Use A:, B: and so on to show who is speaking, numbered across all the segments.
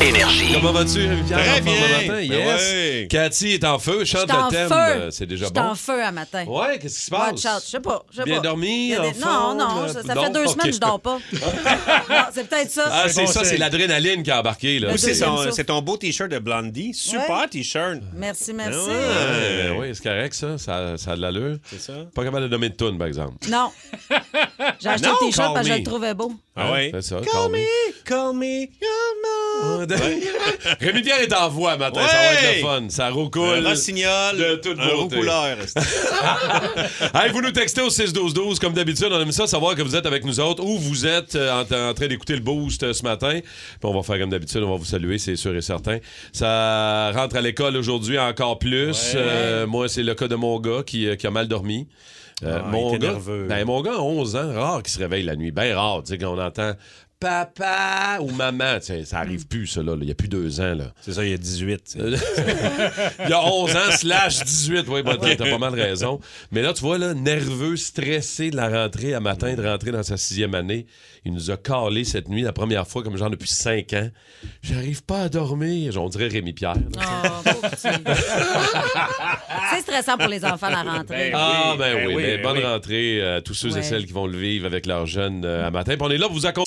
A: Énergie.
B: Comment vas-tu, Rémi-Pierre?
C: Très
B: En forme
C: bien.
B: le matin?
C: Ben
B: Yes.
C: ouais.
B: Cathy est en feu, chante
D: J'étais en
B: le
D: feu.
B: thème. Euh, C'est déjà
D: J'étais en
B: bon.
D: feu un matin.
B: Ouais, qu'est-ce qui se passe?
D: Watch out. Je sais pas. je sais
B: Bien
D: pas.
B: dormi,
D: Il y a
B: en
D: des- Non,
B: forme,
D: non, ça, ça
B: non?
D: fait deux
B: Ok,
D: semaines que
B: je-
D: je dors pas. Non, c'est peut-être ça.
B: Ah, c'est
C: bon
B: ça,
C: signe.
B: c'est l'adrénaline qui a embarqué. Là.
D: Le
C: Ou c'est
D: deuxième
C: son-
D: souffle.
C: c'est ton beau T-shirt de Blondie. Super
D: Ouais.
C: T-shirt.
D: Merci, merci.
C: Ah ouais.
B: Ouais, ouais, c'est correct, ça. Ça, ça a de l'allure.
C: C'est ça.
B: Pas capable de nommer de tune, par exemple.
D: Non.
B: Ah,
D: J'ai acheté
C: Non,
D: le t-shirt parce que
C: Call
D: je
C: Me.
D: le trouvais beau.
C: Ah ouais?
B: Hein? C'est ça.
C: Call me, call me, your mom.
B: Rémi Pierre est en voix matin, ça va être le fun. Ça roucoule.
C: Un rossignol,
B: de toute
C: un roux
B: beauté.
C: couleur.
B: Hey, vous nous textez au 6-12-12, comme d'habitude. On aime ça savoir que vous êtes avec nous autres ou vous êtes euh, en, en train d'écouter le boost euh, ce matin. Puis on va faire comme d'habitude, on va vous saluer, c'est sûr et certain. Ça rentre à l'école aujourd'hui encore plus. Euh, moi, c'est le cas de mon gars qui, euh, qui a mal dormi. Euh,
C: Ah,
B: mon,
C: il était
B: gars,
C: nerveux.
B: ben, mon gars a 11 ans, rare qu'il se réveille la nuit. Ben rare, tu sais, qu'on entend papa ou maman. Tu sais, ça
C: Mm.
B: arrive plus, ça, là. Il y a plus deux ans, là.
C: C'est ça, il y a 18.
B: Il y a 11 ans, slash 18. Oui, bon, t'as t'as pas mal raison. Mais là, tu vois, là, nerveux, stressé de la rentrée à matin, de rentrer dans sa sixième année. Il nous a calé cette nuit, la première fois, comme genre depuis 5 ans. J'arrive pas à dormir. On dirait Rémi Pierre. là.
D: Oh, pauvre petit. c'est stressant pour les enfants la rentrée.
B: Ah, ben,
C: ben
B: oui,
C: oui,
B: mais
C: ben
B: bonne
C: oui.
B: rentrée à tous ceux et
D: Ouais.
B: celles qui vont le vivre avec leurs jeunes euh, à matin. Puis on est là pour vous accompagner.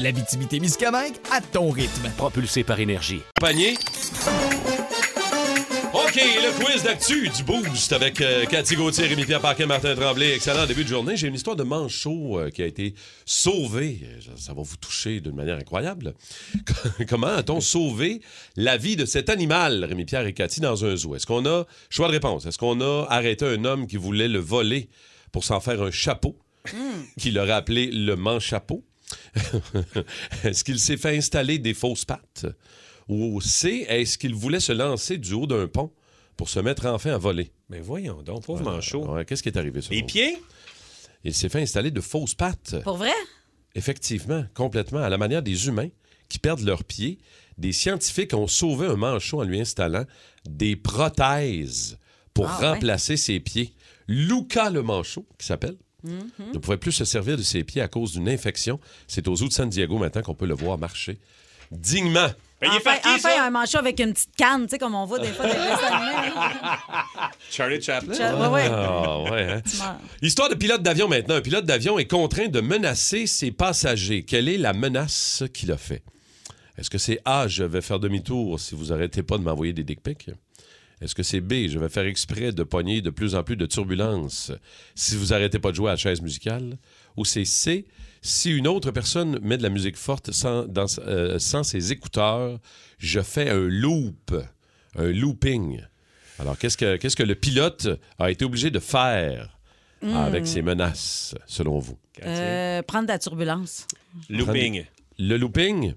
E: L'Abitibi-Témiscamingue à ton
B: Ben,
E: rythme.
A: Propulsé par énergie.
B: OK, le quiz d'actu du Boost avec euh, Cathy Gauthier, Rémi-Pierre Paquet, Martin Tremblay. Excellent début de journée. J'ai une histoire de manchot euh, qui a été sauvée. Euh, ça- Ça va vous toucher d'une manière incroyable. Comment a-t-on sauvé la vie de cet animal, Rémi-Pierre et Cathy, dans un zoo? Est-ce qu'on a... Choix de réponse. Est-ce qu'on a arrêté un homme qui voulait le voler pour s'en faire un chapeau,
D: Mm.
B: qu'il aurait appelé le manchapeau? est-ce qu'il s'est fait installer des fausses pattes? Ou C, est-ce qu'il voulait se lancer du haut d'un pont pour se mettre enfin à voler?
C: Mais voyons donc, pauvre manchot.
B: Ouais, Qu'est-ce qui est arrivé, ça?
C: Les pieds?
B: Il s'est fait installer de fausses pattes.
D: Pour vrai?
B: Effectivement, complètement, à la manière des humains qui perdent leurs pieds, des scientifiques ont sauvé un manchot en lui installant des prothèses pour
D: Ah, ouais.
B: remplacer ses pieds. Luca le manchot, qui s'appelle,
D: Mhm.
B: ne pouvait plus se servir de ses pieds à cause d'une infection. C'est aux zoo de San Diego maintenant qu'on peut le voir marcher dignement. Ah,
C: Ben, il est
D: enfin,
C: parti,
D: enfin,
C: ça.
D: un manchot avec une petite canne, tu sais, comme on voit des fois des dessins animés.
C: Charlie Chaplin.
D: Ouais, ouais.
B: Ah, ouais, hein?
D: meurs.
B: Histoire de pilote d'avion maintenant. Un pilote d'avion est contraint de menacer ses passagers. Quelle est la menace qu'il a fait? Est-ce que c'est A, je vais faire demi-tour si vous arrêtez pas de m'envoyer des dick pics? Est-ce que c'est B, je vais faire exprès de pogner de plus en plus de turbulences si vous arrêtez pas de jouer à la chaise musicale? Ou c'est C, si une autre personne met de la musique forte sans, dans- euh, sans ses écouteurs, je fais un loop, un looping. Alors, qu'est-ce que, qu'est-ce que le pilote a été obligé de faire avec ces menaces, selon vous?
D: Euh, prendre de la turbulence.
C: Looping.
B: Le looping,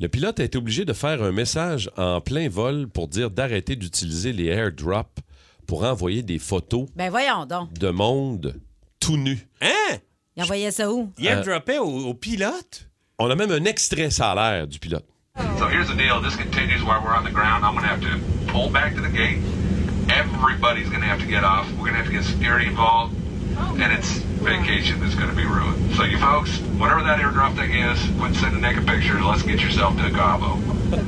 B: le pilote a été obligé de faire un message en plein vol pour dire d'arrêter d'utiliser les airdrops pour envoyer des photos
D: Ben voyons donc.
B: de monde tout nu.
C: Hein?
D: Il envoyait ça où?
C: Il a droppé au, au pilote?
B: On a même un extrait salaire du pilote.
F: So here's the deal. This continues while we're on the ground. I'm going to have to pull back to the gate. Everybody's going to have to get off. We're going to have to get security involved. And it's vacation that's going to be ruined. So you folks, whatever that airdrop thing is, quit sending naked pictures. Let's get yourself to a gobbo.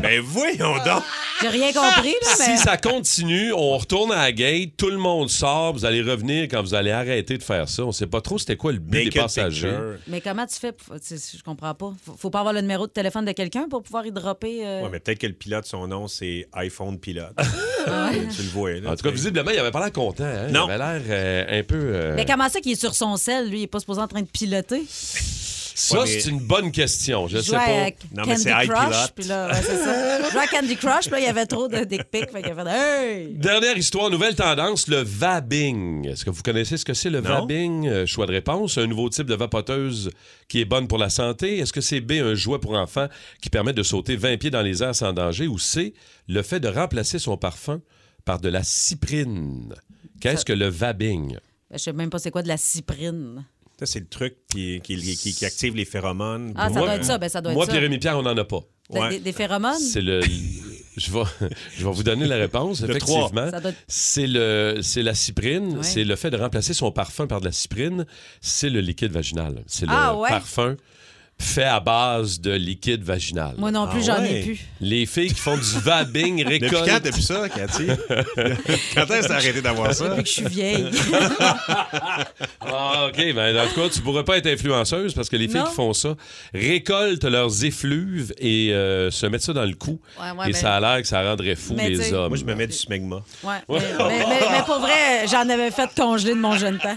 C: Ben voyons donc.
D: Ah. J'ai rien compris, là, mais.
B: Si ça continue, on retourne à la gate, tout le monde sort, vous allez revenir quand vous allez arrêter de faire ça. On sait pas trop c'était quoi le but
C: Naked
B: des passagers.
C: picture.
D: Mais comment tu fais? pour- tu sais, Je comprends pas. Faut, faut pas avoir le numéro de téléphone de quelqu'un pour pouvoir y dropper. euh,
C: Ouais, mais peut-être que le pilote, son nom, c'est iPhone Pilote. tu le vois, là.
B: En tout cas, visiblement, il avait pas l'air content. hein.
C: Non.
B: Il avait l'air euh, un peu. euh,
D: Mais comment ça qu'il est sur son sel, lui? Il est pas supposé en train de piloter?
B: Ça,
C: Ouais, mais-
B: c'est une bonne question. Je sais
D: jouait
B: pas.
D: à
C: Non, mais
D: Candy
C: c'est
D: Crush,
C: iPilot.
D: puis là, ouais, c'est ça. Je jouais à Candy Crush, puis là, il y avait trop de dick pics, fait qu'il a fait « Hey!
B: Dernière histoire, nouvelle tendance, le vabbing. Est-ce que vous connaissez ce que c'est le vabbing? Euh, choix de réponse. Un nouveau type de vapoteuse qui est bonne pour la santé. Est-ce que c'est B, un jouet pour enfants qui permet de sauter 20 pieds dans les airs sans danger? Ou C, le fait de remplacer son parfum par de la cyprine? Qu'est-ce que le vabbing? »
D: Ben, Je sais même pas c'est quoi de la cyprine.
C: Ça, c'est le truc qui, qui, qui- qui active les phéromones.
D: Ah, ça
C: Moi,
D: doit être ça, ben ça doit
B: Moi,
D: être ça.
B: Pierre et Pierre, on n'en a pas.
D: Des-
C: ouais.
D: Des, des phéromones?
B: C'est le. Je vais, je vais vous donner la réponse,
C: Le trois.
B: effectivement.
D: Ça doit être-
B: C'est le, c'est la cyprine,
D: Ouais.
B: c'est le fait de remplacer son parfum par de la cyprine, c'est le liquide vaginal. C'est le
D: Ah ouais?
B: parfum fait à base de liquide vaginal.
D: Moi non plus,
C: Ah
D: j'en ai
C: ouais.
D: plus.
B: Les filles qui font du vabbing
C: Depuis quand
B: récoltent.
C: t'as plus ça, Cathy? quand est-ce que t'as arrêté d'avoir ça?
D: Depuis que je suis vieille.
B: Ah, OK. Ben, dans le cas, tu pourrais pas être influenceuse parce que les filles
D: Non.
B: qui font ça récoltent leurs effluves et euh, se mettent ça dans le cou.
D: Ouais, ouais, mais-
B: et ça a l'air que ça rendrait fou
D: Mais tu
B: les
D: sais-
B: hommes.
C: Moi, je me mets du smegma.
D: Ouais, mais, mais- mais- mais pour vrai, j'en avais fait congeler de mon jeune temps.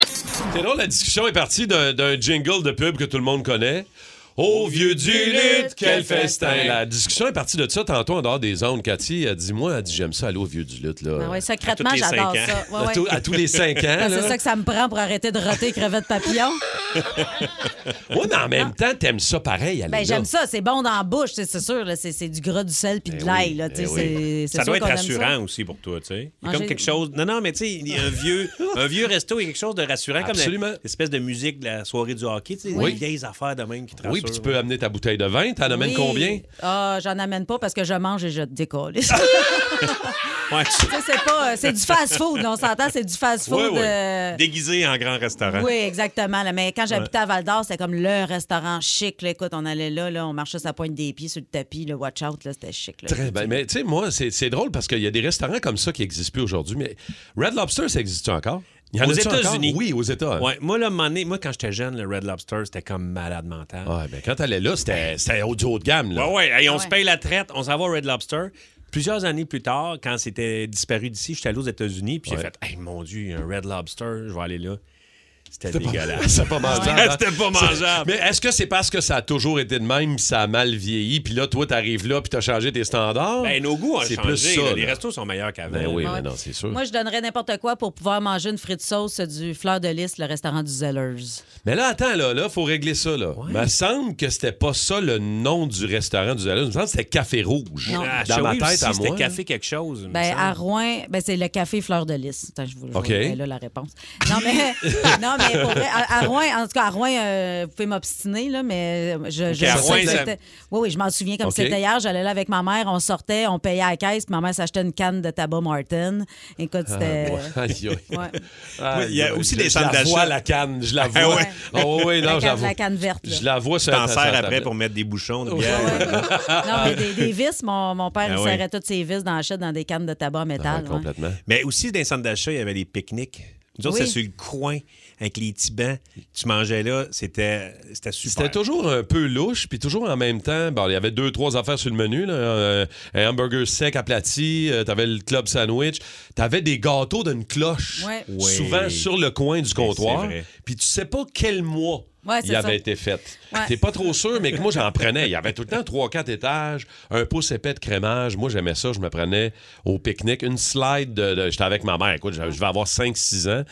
B: C'est drôle, la discussion est partie d'un d'un jingle de pub que tout le monde connaît. Au vieux du lutte, quel festin! La discussion est partie de ça tantôt en dehors des ondes. Cathy a dit Moi, elle dit J'aime ça aller au vieux du lutte. Là.
D: Ah ouais, secrètement,
C: À toutes les
D: j'adore
C: cinq
D: ça. Ouais,
B: à,
D: ouais.
B: tou- à tous les cinq ans.
D: Ah,
B: là.
D: C'est ça que ça me prend pour arrêter de roter crevette papillon.
B: Ouais, mais en même temps, t'aimes ça pareil.
D: Ben,
B: Alina.
D: j'aime ça, c'est bon dans la bouche, c'est c'est sûr, là, c'est c'est du gras, du sel puis de
B: Eh
D: l'ail.
B: oui,
D: là, tu sais,
B: eh oui.
D: c'est- c'est
C: Ça
D: sûr
C: doit être
D: qu'on aime ça.
C: rassurant aussi pour toi, tu sais. Il y a
D: Manger-
C: comme quelque chose. Non, non, mais tu sais, il y a un vieux, un vieux resto, il y a quelque chose de rassurant,
B: Absolument.
C: comme l'espèce de musique de la soirée du hockey, tu sais,
B: Oui.
C: les vieilles affaires de même qui te
B: Oui,
C: rassurent.
B: puis tu peux amener ta bouteille de vin. T'en amènes
D: Oui.
B: combien
D: Ah, j'en amène pas parce que je mange et je décolle. Tu sais,
C: Ouais, tu-
D: c'est pas. euh, C'est du fast-food, on s'entend, c'est du fast-food.
C: Ouais, ouais.
D: euh,
C: Déguisé en grand restaurant.
D: Oui, exactement. là. Mais quand j'habitais à Val d'Or, c'était comme le restaurant chic. là. Écoute, on allait là, là, on marchait sa pointe des pieds sur le tapis, le watch out, là, c'était chic. là.
B: Très bien. Mais tu sais, moi, c'est c'est drôle parce qu'il y a des restaurants comme ça qui n'existent plus aujourd'hui. Mais Red Lobster, ça existe encore Il y en
C: Aux
B: a-tu encore?
C: États-Unis.
B: Oui, aux États.
C: Ouais, moi, là, un moment donné, moi, quand j'étais jeune, le Red Lobster, c'était comme malade mental.
B: Ouais, ben, quand t'allais là, c'était c'était haut du haut de gamme. Là.
C: Ouais, ouais, hey, on
D: Ah
C: se
D: ouais.
C: paye la traite, on s'en va au Red Lobster. Plusieurs années plus tard, quand c'était disparu d'ici, j'étais allé aux États-Unis, puis
B: Ouais.
C: j'ai fait, hey, mon Dieu, il y a un Red Lobster, je vais aller là. C'était dégueulasse.
B: C'est pas mangeable. hein?
C: C'était pas mangeable.
B: Mais est-ce que c'est parce que ça a toujours été de même, ça a mal vieilli, puis là, toi, t'arrives là, puis t'as changé tes standards?
C: Ben, nos goûts ont
B: C'est
C: changé.
B: plus ça,
C: là.
B: là.
C: Les restos sont meilleurs qu'avant.
B: Ben oui,
D: Ouais.
B: mais non, c'est sûr.
D: Moi, je donnerais n'importe quoi pour pouvoir manger une frite sauce du Fleur de Lys, le restaurant du Zellers.
B: Mais là, attends, là, là, faut régler ça, là. Il me semble que c'était pas ça le nom du restaurant du Zalus. Il me semble que c'était Café Rouge.
D: Non.
C: Ah,
B: Dans
C: Shawi
B: ma tête,
C: aussi,
B: à
C: c'était
B: moi.
C: café quelque chose. il me
D: Ben,
C: semble.
D: à Rouen, ben, c'est le café Fleur de Lys. Attends, je vous je vous
B: OK.
D: donnerai là la réponse. Non, mais, non, mais pour vrai, à, à Rouen, en tout cas, à Rouen, euh, vous pouvez m'obstiner, là, mais je, je sais
C: à
D: que
C: Rouen, ça-
D: c'était- Oui, oui, je m'en souviens comme
B: OK.
D: c'était hier. J'allais là avec ma mère, on sortait, on payait à la caisse, puis ma mère s'achetait une canne de tabac Martin. Écoute, c'était.
B: Aïe, aïe.
D: ouais.
B: Aïe,
C: Ah, il y a
B: aïe.
C: aussi
B: Je-
C: des
B: je
C: centres
B: la
C: d'achat.
B: vois, la canne, je la vois.
C: Ah ouais.
B: Oh, oui, non,
D: La canne-
B: j'avoue.
D: la canne verte, là.
B: Je la vois sur
C: T'en
B: la- sur
C: sers
B: la
C: après
B: tablette.
C: pour mettre des bouchons de bière.
D: non, mais des, des vis, mon, mon père,
C: Ah
D: il
C: oui.
D: serrait toutes ses vis dans la chute dans des cannes de tabac en
B: Ah,
D: métal. hein. ouais.
B: complètement.
C: Mais aussi, dans les centres d'achat, il y avait des pique-niques. Nous autres,
D: Oui.
C: c'était sur le coin, avec les petits bancs. Tu mangeais là, c'était c'était super.
B: C'était toujours un peu louche, puis toujours en même temps, bon, il y avait deux, trois affaires sur le menu. là. Euh, un hamburger sec aplati, euh, t'avais le club sandwich, t'avais des gâteaux d'une cloche,
D: Ouais.
C: Ouais.
B: souvent sur le coin du comptoir.
C: c'est vrai.
B: Puis tu sais pas quel mois
D: Ouais, Ah, c'est
B: il avait
D: ça.
B: été faite.
D: Ouais.
B: T'es pas trop sûr, mais que moi, j'en prenais. Il y avait tout le temps 3-4 étages, un pouce épais de crémage. Moi, j'aimais ça. Je me prenais au pique-nique une slide de. de- J'étais avec ma mère. Écoute, je je vais avoir 5-6 ans.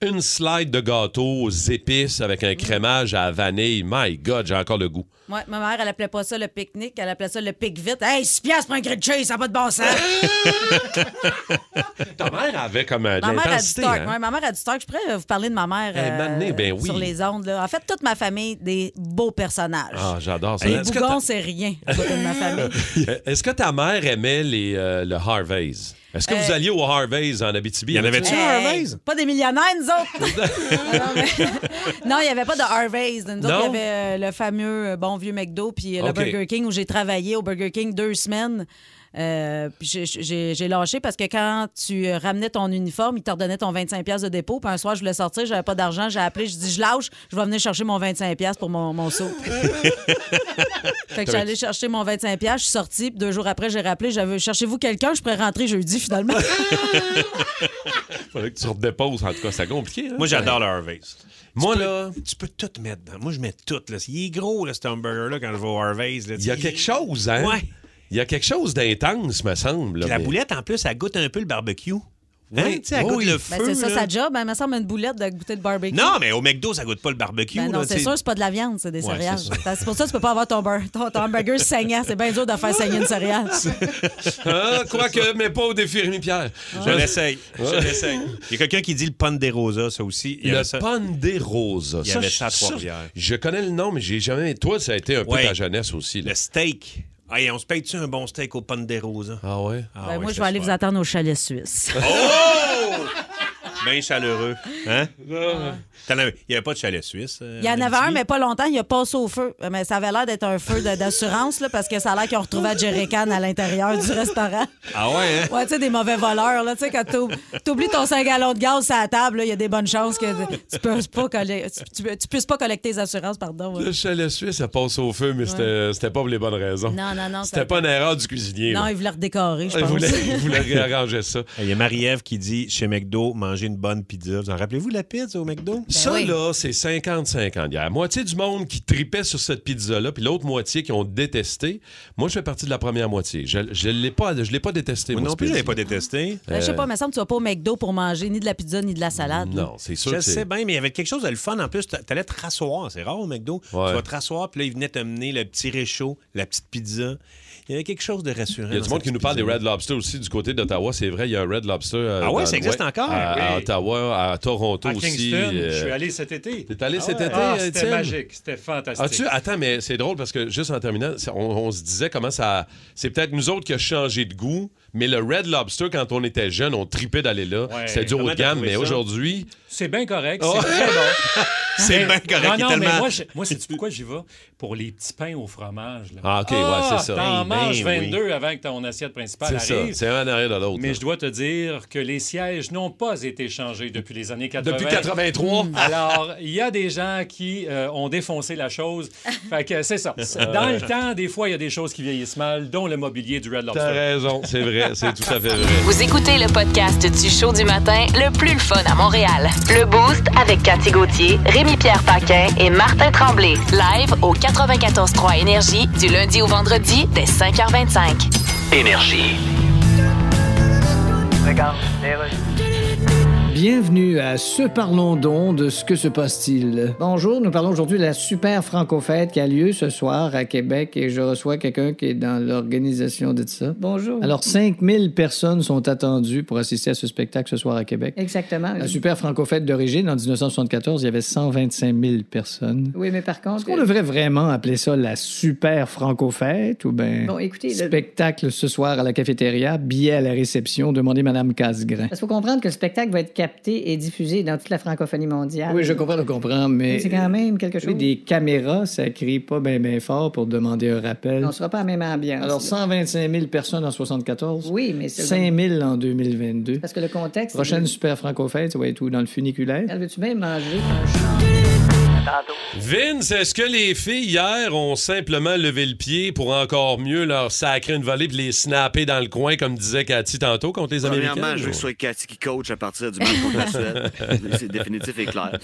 B: Une slide de gâteau aux épices avec un crémage à la vanille. My God, j'ai encore le goût.
D: Ouais, ma mère, elle appelait pas ça le pique-nique, elle appelait ça le pique-vite. Hey, 6 piastres pour un grilled cheese, ça n'a pas de bon sens.
B: Ta mère avait comme euh, de
D: ma mère a du
B: l'intensité.
D: stock.
B: hein?
D: Ouais, ma mère a du stock. Je pourrais euh, vous parler de ma mère euh,
B: Eh, mané, ben oui.
D: sur les ondes. là. En fait, toute ma famille, des beaux personnages.
B: Ah, j'adore ça.
D: les
B: Est-ce que
D: bougons,
B: ta-
D: c'est rien à côté de ma famille.
B: Est-ce que ta mère aimait les, euh, le Harvey's? Est-ce que
D: Euh,
B: vous alliez au Harvey's en Abitibi?
C: Il y en avait-tu?
D: Hey,
C: Harvey's?
D: Pas des millionnaires, nous autres. non, mais- non, il n'y avait pas de Harvey's. Nous autres,
B: Non?
D: il y avait euh, le fameux euh, bon vieux McDo puis euh, le
B: OK.
D: Burger King où j'ai travaillé au Burger King deux semaines. Euh, puis j'ai- j'ai j'ai lâché parce que quand tu euh, ramenais ton uniforme, ils te redonnaient ton 25$ piastres de dépôt. Puis un soir, je voulais sortir, j'avais pas d'argent, j'ai appelé, je dis je lâche, je vais venir chercher mon 25$ piastres pour mon, mon saut. fait que j'allais chercher mon 25$, piastres, je suis sortie, puis deux jours après, j'ai rappelé, j'avais cherchez-vous quelqu'un, je pourrais rentrer jeudi finalement.
B: Fallait que tu redéposes. En tout cas, c'est compliqué. hein?
C: Moi, j'adore le Harvey's.
B: Moi,
C: Tu peux-
B: là-
C: Tu peux tout mettre dedans. Moi, je mets tout. Là. Il est gros, là, cet hamburger-là, quand je vais au Harvey's. là.
B: Il y a quelque chose, hein?
C: Ouais.
B: Il y a quelque chose d'intense, me semble. là,
C: Puis la
B: mais-
C: boulette, en plus, elle goûte un peu le barbecue. Hein?
B: Oui,
C: tu sais, elle
B: oui,
C: goûte
B: oui.
C: le
D: Ben,
C: feu.
D: c'est ça
C: là.
D: sa job. Elle me semble une boulette de goûter de barbecue.
C: Non, mais au McDo, ça goûte pas le barbecue.
D: Ben non,
C: là, tu
D: c'est
C: sais.
D: sûr, c'est pas de la viande, c'est des
C: Ouais,
D: céréales.
C: c'est
D: C'est pour ça que tu peux pas avoir ton, bur- ton, ton hamburger saignant. C'est bien dur de faire saigner une céréale. Ben,
B: Ah, Quoique, mais pas au défi Rémi-Pierre.
C: Je l'essaye. Je l'essaye. Il y a quelqu'un qui dit le Ponderosa, ça aussi. Il y avait
B: Le
C: ça.
B: Ponderosa.
C: Il y avait ça à
B: je-
C: Trois-Rivières.
B: Je connais le nom, mais j'ai jamais. Toi, ça a été un peu
C: Ouais.
B: ta jeunesse aussi. là.
C: Le steak. Hey, on se paye-tu un bon steak au Ponderosa?
B: Ah ouais?
C: Ah
D: Ben,
C: ouais,
D: moi, je
C: c'est
D: vais aller vous
C: super. Oh,
D: attendre au chalet suisse.
C: Bien chaleureux. Hein? T'en avais- Il n'y avait pas de chalet suisse. euh,
D: Il y en avait un, mais pas longtemps. Il a passé au feu. Mais ça avait l'air d'être un feu de- d'assurance, là, parce que ça a l'air qu'ils ont retrouvé à Jerrycan à l'intérieur du restaurant.
C: Ah ouais, hein?
D: Ouais, tu sais, des mauvais voleurs, là. Tu sais, quand t'oub- t'oublies ton 5 gallons de gaz à la table, là, il y a des bonnes chances que tu peux pas colle- tu, tu- tu puisses pas collecter les assurances, pardon.
B: Le chalet suisse, ça passe au feu, mais c'était- c'était pas pour les bonnes raisons.
D: Non, non, non,
B: C'était
D: ça-
B: pas une erreur du cuisinier.
D: Non,
B: là.
D: ils voulaient redécorer, je
B: Il
D: pense.
B: voulait, il voulait réarranger ça.
C: Il y a Marie-Ève qui dit chez McDo, manger une bonne pizza. Vous en rappelez-vous de la pizza au
G: Ben
C: McDo?
B: Ça,
D: oui.
B: là, c'est 50-50. Il y a la moitié du monde qui tripait sur cette pizza-là, puis l'autre moitié qui ont détesté. Moi, je fais partie de la première moitié. Je ne l'ai pas, je l'ai pas détesté.
C: Moi
B: moi,
C: non
B: cette
C: plus, je l'avais
B: pizza.
C: pas détesté.
D: Ben, je sais pas, mais semble que tu vas pas au McDo pour manger ni de la pizza ni de la salade.
B: Non, c'est sûr que
C: Je le
B: c'est...
C: sais bien, mais il y avait quelque chose de le fun. En plus, t'a- t'allais te rasseoir. C'est rare au McDo.
B: Ouais.
C: Tu vas te rasseoir, puis là, ils venaient t'amener le petit réchaud, la petite pizza. Il y avait quelque chose de rassurant.
B: Il y a
C: dans
B: du monde
C: cette
B: qui nous
C: petite
B: parle des
C: pizza.
B: Red Lobster aussi du côté d'Ottawa. C'est vrai, il y a un Red Lobster. euh,
C: Ah ouais,
B: dans-
C: ça existe encore?
B: À, à
G: Oui.
B: Ottawa, à Toronto
G: À
B: aussi.
G: Kingston,
B: euh,
G: je suis allé cet été.
B: T'es allé cet été,
G: Ah,
B: euh,
G: c'était
B: Étienne?
G: magique, c'était fantastique.
B: As-tu... Attends, mais c'est drôle parce que juste en terminant, c'est- on, on se disait comment ça. C'est peut-être nous autres qui a changé de goût, mais le Red Lobster, quand on était jeune, on tripait d'aller là.
G: Ouais.
B: C'était du haut de
C: Comment t'as
B: gamme,
C: trouvé
B: mais
C: ça?
B: aujourd'hui.
G: C'est bien correct,
B: Oh.
G: c'est très bon.
C: C'est bien
G: Mais-
C: correct. il est
G: Non, non,
C: tellement-
G: mais moi, je- moi c'est pourquoi j'y vais? Pour les petits pains au fromage. Là.
B: Ah, OK,
G: Ah,
B: ouais, c'est ça.
G: T'en
C: Ben,
G: manges
C: ben oui.
G: 22 avant que ton assiette principale
B: C'est ça.
G: arrive.
B: C'est un en arrière de l'autre.
G: Mais
B: là.
G: je dois te dire que les sièges n'ont pas été changés depuis les années 80.
B: Depuis 83.
G: Alors, il y a des gens qui euh, ont défoncé la chose. Fait que c'est ça. Dans
C: Euh.
G: le temps, des fois, il y a des choses qui vieillissent mal, dont le mobilier du Red
B: T'as
G: Lobster.
B: raison, c'est vrai, c'est tout à fait vrai.
H: Vous écoutez le podcast du show du matin le plus le fun à Montréal. Le Boost avec Cathy Gauthier, Rémi-Pierre Paquin et Martin Tremblay. Live au 94.3 Énergie du lundi au vendredi dès 5h25.
A: Énergie.
I: Bienvenue à Ce Parlons donc de ce que se passe-t-il. Bonjour, nous parlons aujourd'hui de la super franco-fête qui a lieu ce soir à Québec et je reçois quelqu'un qui est dans l'organisation de ça. Bonjour. Alors, 5000 personnes sont attendues pour assister à ce spectacle ce soir à Québec. Exactement.
B: Ah,
I: La super franco-fête d'origine, en 1974, il y avait 125 000 personnes. Oui, mais par contre... Est-ce qu'on devrait vraiment appeler ça la super franco-fête ou bien... Bon, écoutez... Spectacle ce soir à la cafétéria, billet à la réception, demandez Madame Casgrain.
J: Parce qu'il faut comprendre que le spectacle va être capté et diffusé dans toute la francophonie mondiale.
I: Oui, je comprends, je comprends, mais...
J: C'est quand même quelque
I: Tu
J: chose.
I: sais, des caméras, ça crie pas bien bien fort pour demander un rappel.
J: On sera pas à la même ambiance.
I: Alors,
J: là.
I: 125 000 personnes en 74.
J: Oui, mais c'est.
I: 5 000 en 2022.
J: Parce que le contexte.
I: Prochaine super franco-fête, ça va être où? Dans le funiculaire?
J: Elle veut-tu bien manger?
B: Vince, est-ce que les filles hier ont simplement levé le pied pour encore mieux leur sacrer une volée et les snapper dans le coin, comme disait Cathy tantôt contre les
K: Premièrement,
B: Américains?
K: je veux
B: ou-
K: que ce soit Cathy qui coach à partir du match contre la Suède. C'est définitif et clair.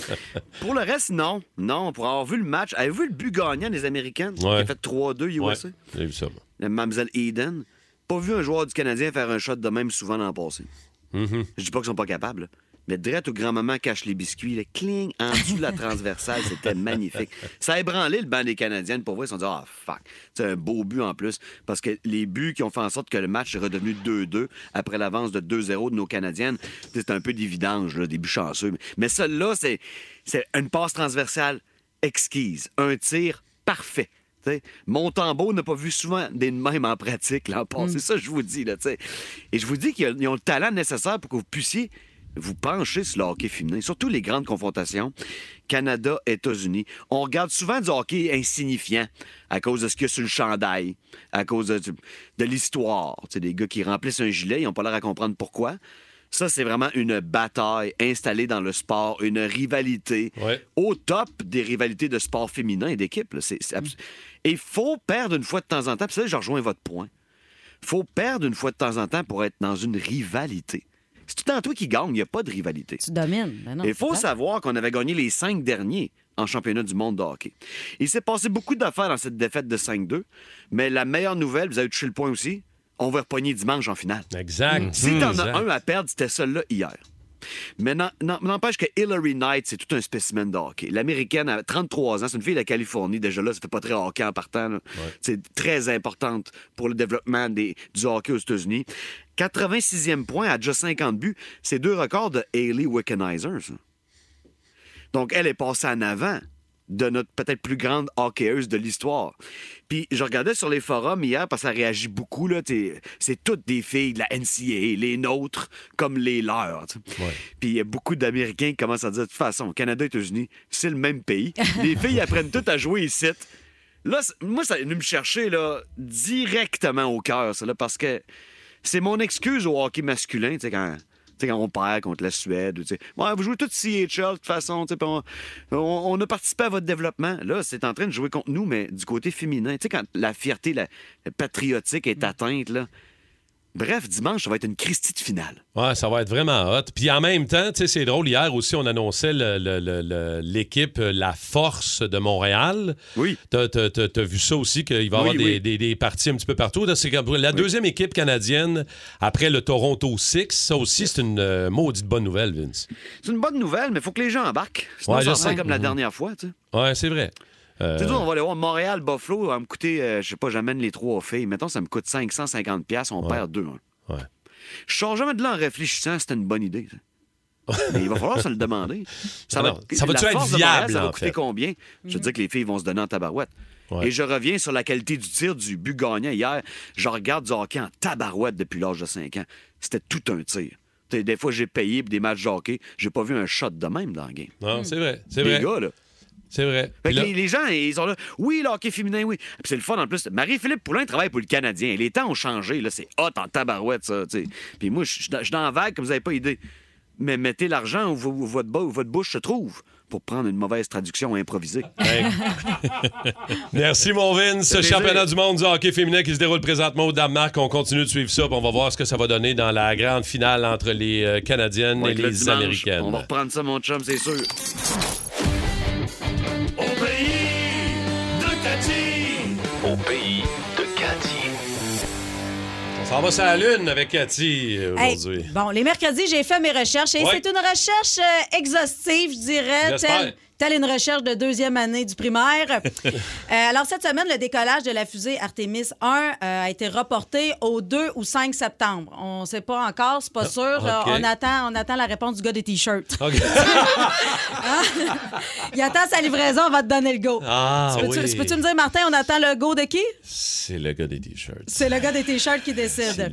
K: Pour le reste, non. Non, pour avoir vu le match, avez-vous vu le but gagnant des Américains qui
B: Ouais.
K: a fait 3-2 USA?
B: Ouais, j'ai vu ça. moi.
K: Le Mamsel Eden. Pas vu un joueur du Canadien faire un shot de même souvent dans le passé.
B: Mhm.
K: Je dis pas qu'ils sont pas capables. là. Mais drette où grand-maman cache les biscuits, le cling en dessous de la transversale, c'était magnifique. Ça a ébranlé le banc des Canadiennes. Pour vrai, ils se sont dit Ah, fuck. C'est un beau but en plus. Parce que les buts qui ont fait en sorte que le match est redevenu 2-2 après l'avance de 2-0 de nos Canadiennes, c'est un peu des vidanges, là, des buts chanceux. Mais celle-là, c'est c'est une passe transversale exquise, un tir parfait. T'sais, Montembeau n'a pas vu souvent des de mêmes en pratique l'an passé. Ça, je vous dis. Là, t'sais. Et je vous dis qu'ils ont- ils ont le talent nécessaire pour que vous puissiez vous pencher sur le hockey féminin, surtout les grandes confrontations. Canada, États-Unis. On regarde souvent du hockey insignifiant à cause de ce qu'il y a sur le chandail, à cause de, de l'histoire. T'sais, Des gars qui remplissent un gilet, ils n'ont pas l'air à comprendre pourquoi. Ça, c'est vraiment une bataille installée dans le sport, une rivalité au top des rivalités de sport féminin et d'équipe. là. C'est- c'est abs- Et il faut perdre une fois de temps en temps. Puis ça, je rejoins votre point. faut perdre une fois de temps en temps pour être dans une rivalité. C'est tout le temps toi qui gagne, il n'y a pas de rivalité.
D: Tu domines. Ben non,
K: Il faut
D: c'est pas.
K: savoir qu'on avait gagné les cinq derniers en championnat du monde de hockey. Il s'est passé beaucoup d'affaires dans cette défaite de 5-2, mais la meilleure nouvelle, vous avez touché le point aussi, on va repogner dimanche en finale. Mm.
B: Exact.
K: Si t'en
B: Exact.
K: as un à perdre, c'était celle-là hier. Mais n'en- n'en- n'empêche que Hillary Knight, c'est tout un spécimen de hockey. L'américaine à 33 ans, c'est une fille de la Californie. Déjà là, ça fait pas très hockey en partant. là. C'est très importante pour le développement des, du hockey aux États-Unis. 86e point à déjà 50 buts. C'est deux records de Haley Wickenheiser. ça. Donc, elle est passée en avant de notre peut-être plus grande hockeyeuse de l'histoire. Puis je regardais sur les forums hier parce que ça réagit beaucoup. Là, t'sais, c'est toutes des filles de la NCAA, les nôtres comme les leurs. t'sais. Puis il y a beaucoup d'Américains qui commencent à dire, de toute façon, Canada et États-Unis, c'est le même pays. les filles apprennent toutes à jouer ici. Là, c'est- moi, ça est venu me chercher là, directement au cœur, ça, là, parce que c'est mon excuse au hockey masculin, tu sais, quand, tu sais, quand on perd contre la Suède. ou tu sais, Ouais, vous jouez tout CHL, de toute façon, tu sais, puis on, on- on a participé à votre développement. Là, c'est en train de jouer contre nous, mais du côté féminin. Tu sais, quand la fierté la, la patriotique est atteinte, là. Bref, dimanche, ça va être une Christie de finale.
B: Ouais, ça va être vraiment hot. Puis en même temps, tu sais, c'est drôle, hier aussi, on annonçait le- le- le- le- l'équipe euh, La Force de Montréal.
K: Oui.
B: T'as t'as- t'as- t'as vu ça aussi, qu'il va y avoir
K: Oui,
B: des,
K: oui.
B: des- des parties un petit peu partout. Là, C'est comme la deuxième équipe canadienne après le Toronto Six. Ça aussi, c'est une euh, maudite bonne nouvelle, Vince.
K: C'est une bonne nouvelle, mais il faut que les gens embarquent. Sinon,
B: Ouais,
K: ça
B: je
K: va
B: sais.
K: être comme la
B: Mhm.
K: dernière fois, tu sais.
B: Ouais, c'est vrai. Euh,
K: Tu sais, on va aller voir Montréal, Buffalo, va me coûter, euh, je sais pas, j'amène les trois filles. Mettons, ça me coûte 550$, piastres, on perd 2
B: Ouais.
K: Je sors jamais de là en réfléchissant, c'était une bonne idée. ça. Mais il va falloir se le demander. Ça va,
B: Alors, ça va-tu
K: la
B: être
K: force de Montréal,
B: viable,
K: Ça va
B: en
K: coûter
B: fait?
K: combien? Je veux dire que les filles vont se donner en tabarouette. Et je reviens sur la qualité du tir du but gagnant hier. Je regarde du hockey en tabarouette depuis l'âge de 5 ans. C'était tout un tir. Tu sais, Des fois, j'ai payé pour des matchs de hockey. J'ai pas vu un shot de même dans le game.
B: Non, c'est vrai. C'est
K: Mm. Les
B: vrai.
K: gars, là.
B: C'est vrai.
K: Fait
B: Puis
K: que
B: là-
K: les, les gens, ils sont là. Oui, le hockey féminin, oui. Puis c'est le fun en plus. Marie-Philippe Poulin travaille pour le Canadien. Les temps ont changé. là. C'est hot en tabarouette, ça. tu sais. Puis moi, je suis dans- je suis dans la vague, comme vous n'avez pas idée. Mais mettez l'argent où, vo- où votre, bo- où votre bouche se trouve pour prendre une mauvaise traduction improvisée.
B: Merci, mon Vince.
K: Ça fait
B: Ce
K: plaisir.
B: championnat du monde du hockey féminin qui se déroule présentement au Danemark. On continue de suivre ça. puis On va voir ce que ça va donner dans la grande finale entre les euh, Canadiennes
K: Ouais,
B: et
K: le
B: les
K: dimanche,
B: Américaines.
K: On va reprendre ça, mon chum, c'est sûr.
F: Au pays de Cathy.
A: Au pays de Cathy.
B: On s'en va sur la Lune avec Cathy euh,
D: Hey,
B: aujourd'hui.
D: bon, les mercredis, j'ai fait mes recherches et
B: Ouais.
D: c'est une recherche euh, exhaustive, je dirais,
B: J'espère.
D: telle, telle une recherche de deuxième année du primaire. Euh, alors, cette semaine, le décollage de la fusée Artemis 1 euh, a été reporté au 2 ou 5 septembre. On ne sait pas encore, c'est pas sûr. Euh,
L: ok.
D: on, attend, on attend la réponse du gars des T-shirts.
B: Ah, OK.
D: Il attend sa livraison, on va te donner le go.
B: Ah,
D: tu peux-tu
B: oui.
D: tu peux-tu me dire, Martin, on attend le go de qui?
B: C'est le gars des T-shirts.
D: C'est le gars des T-shirts qui décide.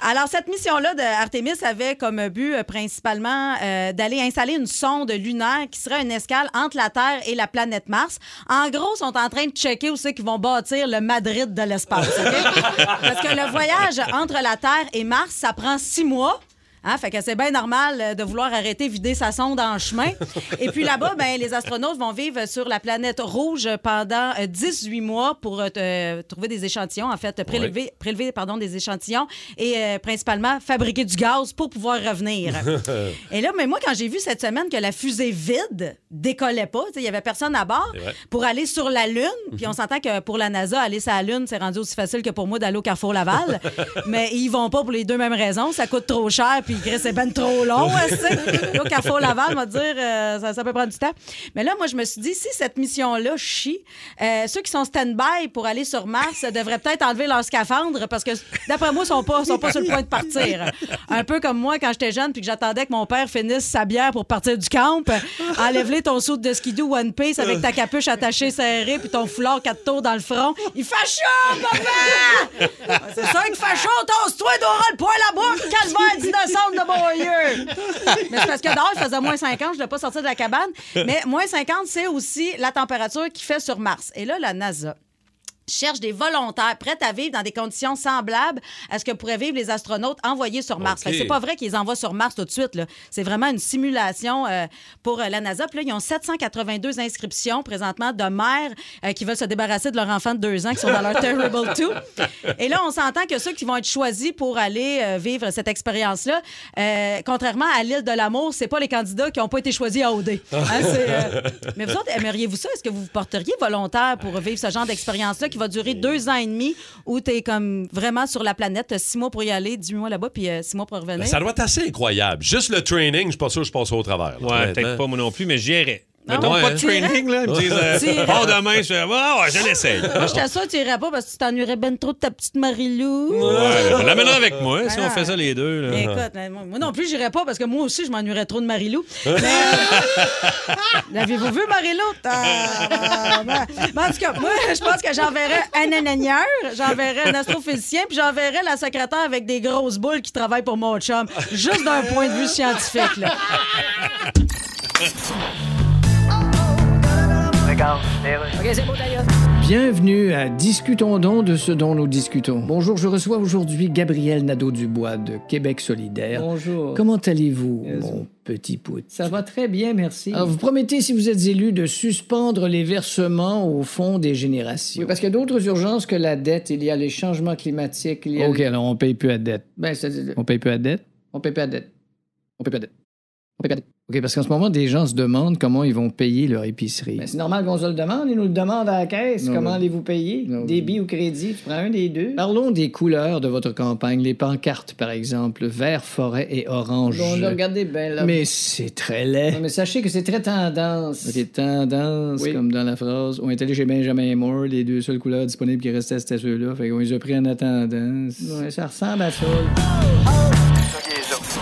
D: Alors, cette mission-là de Artemis avait comme but euh, principalement euh, d'aller installer une sonde lunaire qui serait une escale entre la Terre et la planète Mars. En gros, ils sont en train de checker où c'est qu'ils vont bâtir le Madrid de l'espace. OK? Parce que le voyage entre la Terre et Mars, ça prend six mois. Hein? Fait que c'est bien normal euh, de vouloir arrêter vider sa sonde en chemin. Et puis là-bas, ben, les astronautes vont vivre sur la planète rouge pendant euh, 18 mois pour euh, euh, trouver des échantillons, en fait, prélever, prélever pardon, des échantillons et euh, principalement fabriquer du gaz pour pouvoir revenir. Et là, mais moi, quand j'ai vu cette semaine que la fusée vide décollait pas, tu sais, il y avait personne à bord
L: C'est vrai.
D: pour aller sur la Lune, puis on s'entend que pour la NASA, aller sur la Lune, c'est rendu aussi facile que pour moi d'aller au Carrefour Laval, mais ils vont pas pour les deux mêmes raisons. Ça coûte trop cher, puis Chris, c'est ben trop long. hein, tu sais. Là, au Carrefour Laval, on va te dire, euh, ça, ça peut prendre du temps. Mais là, moi, je me suis dit, si cette mission-là chie, euh, ceux qui sont stand-by pour aller sur Mars devraient peut-être enlever leur scaphandre parce que, d'après moi, ils sont pas, sont pas sur le point de partir. Un peu comme moi quand j'étais jeune puis que j'attendais que mon père finisse sa bière pour partir du camp. Enlève-les ton soude de skidoo One Piece avec ta capuche attachée serrée puis ton foulard quatre tours dans le front. Il fait chaud, papa! Ah! C'est ça, il fait chaud, tosse-toi, Dora, le poil à bois, calvaire d'innocente de mon Dieu! Mais c'est parce que dehors, il faisait moins 50, je ne devais pas sortir de la cabane. Mais moins 50, c'est aussi la température qu'il fait sur Mars. Et là, la NASA cherche des volontaires prêts à vivre dans des conditions semblables à ce que pourraient vivre les astronautes envoyés sur Mars.
L: OK.
D: Fait que C'est pas vrai qu'ils les envoient sur Mars tout de suite. là. C'est vraiment une simulation euh, pour euh, la NASA. Puis là, ils ont 782 inscriptions présentement de mères euh, qui veulent se débarrasser de leur enfant de deux ans qui sont dans leur Terrible 2. Et là, on s'entend que ceux qui vont être choisis pour aller euh, vivre cette expérience-là, euh, contrairement à l'île de l'amour, c'est pas les candidats qui n'ont pas été choisis à OD. Hein, c'est, euh, Mais vous autres, aimeriez-vous ça? Est-ce que vous vous porteriez volontaire pour vivre ce genre d'expérience-là qui va durer deux ans et demi où tu es comme vraiment sur la planète, t'as six mois pour y aller, dix mois là-bas, puis euh, six mois pour revenir?
B: Ben, Ça doit être assez incroyable. Juste le training, je suis pas sûr que je passerai au travers.
C: Ouais, peut-être pas moi non plus, mais j'irai.
B: Ah
C: Mettons
B: ouais,
C: pas de
B: tu irais?
C: training, là. Ils me disent,
B: Tu
C: euh,
B: irais?
C: pars demain, je fais, Ah, ouais, je l'essaye.
D: Moi, je t'assure, tu irais pas parce que tu t'ennuierais ben trop de ta petite Marie-Lou.
C: Ouais, on l'amènera avec moi, si
D: Ah.
C: on fait ça les deux. Là.
D: Mais écoute, mais moi moi non plus, j'irais pas parce que moi aussi, je m'ennuierais trop de Marie-Lou. Mais, euh, L'avez-vous vu, Marie-Lou? Ah, ben, ben, en tout cas, moi, je pense que j'enverrais un ananieur, j'enverrais un astrophysicien, puis j'enverrais la secrétaire avec des grosses boules qui travaille pour mon chum, juste d'un point de vue scientifique. Là.
I: Bienvenue à Discutons donc de ce dont nous discutons. Bonjour, je reçois aujourd'hui Gabriel Nadeau-Dubois de Québec solidaire.
J: Bonjour. Euh,
I: Comment allez-vous, mon petit pote?
J: Ça va très bien, merci.
I: Alors, vous promettez, si vous êtes élu, de suspendre les versements au fonds des générations.
J: Oui, parce qu'il y a d'autres urgences que la dette. Il y a les changements climatiques. Il y a
I: OK, alors on paye plus à dette.
J: Ben, c'est-
I: On paye plus à dette?
J: on paye pas la dette. On paye pas la dette. On paye pas la dette.
I: OK, parce qu'en ce moment, des gens se demandent comment ils vont payer leur épicerie.
J: Ben, c'est normal qu'on se le demande. Ils nous le demandent à la caisse.
I: Non,
J: Comment
I: mais-
J: allez-vous payer?
I: Non, mais-
J: Débit ou crédit? Tu prends un des deux?
I: Parlons des couleurs de votre campagne, les pancartes, par exemple, vert, forêt et orange.
J: Bon, là, regardez bien là.
I: Mais c'est très laid.
J: Non, mais sachez que c'est très tendance.
I: Les tendances,
J: Oui.
I: comme dans la phrase, on est allé chez Benjamin Moore, les deux seules couleurs disponibles qui restaient, c'était ceux-là. Fait qu'on les a pris en attendant.
J: Ouais, ça ressemble à ça.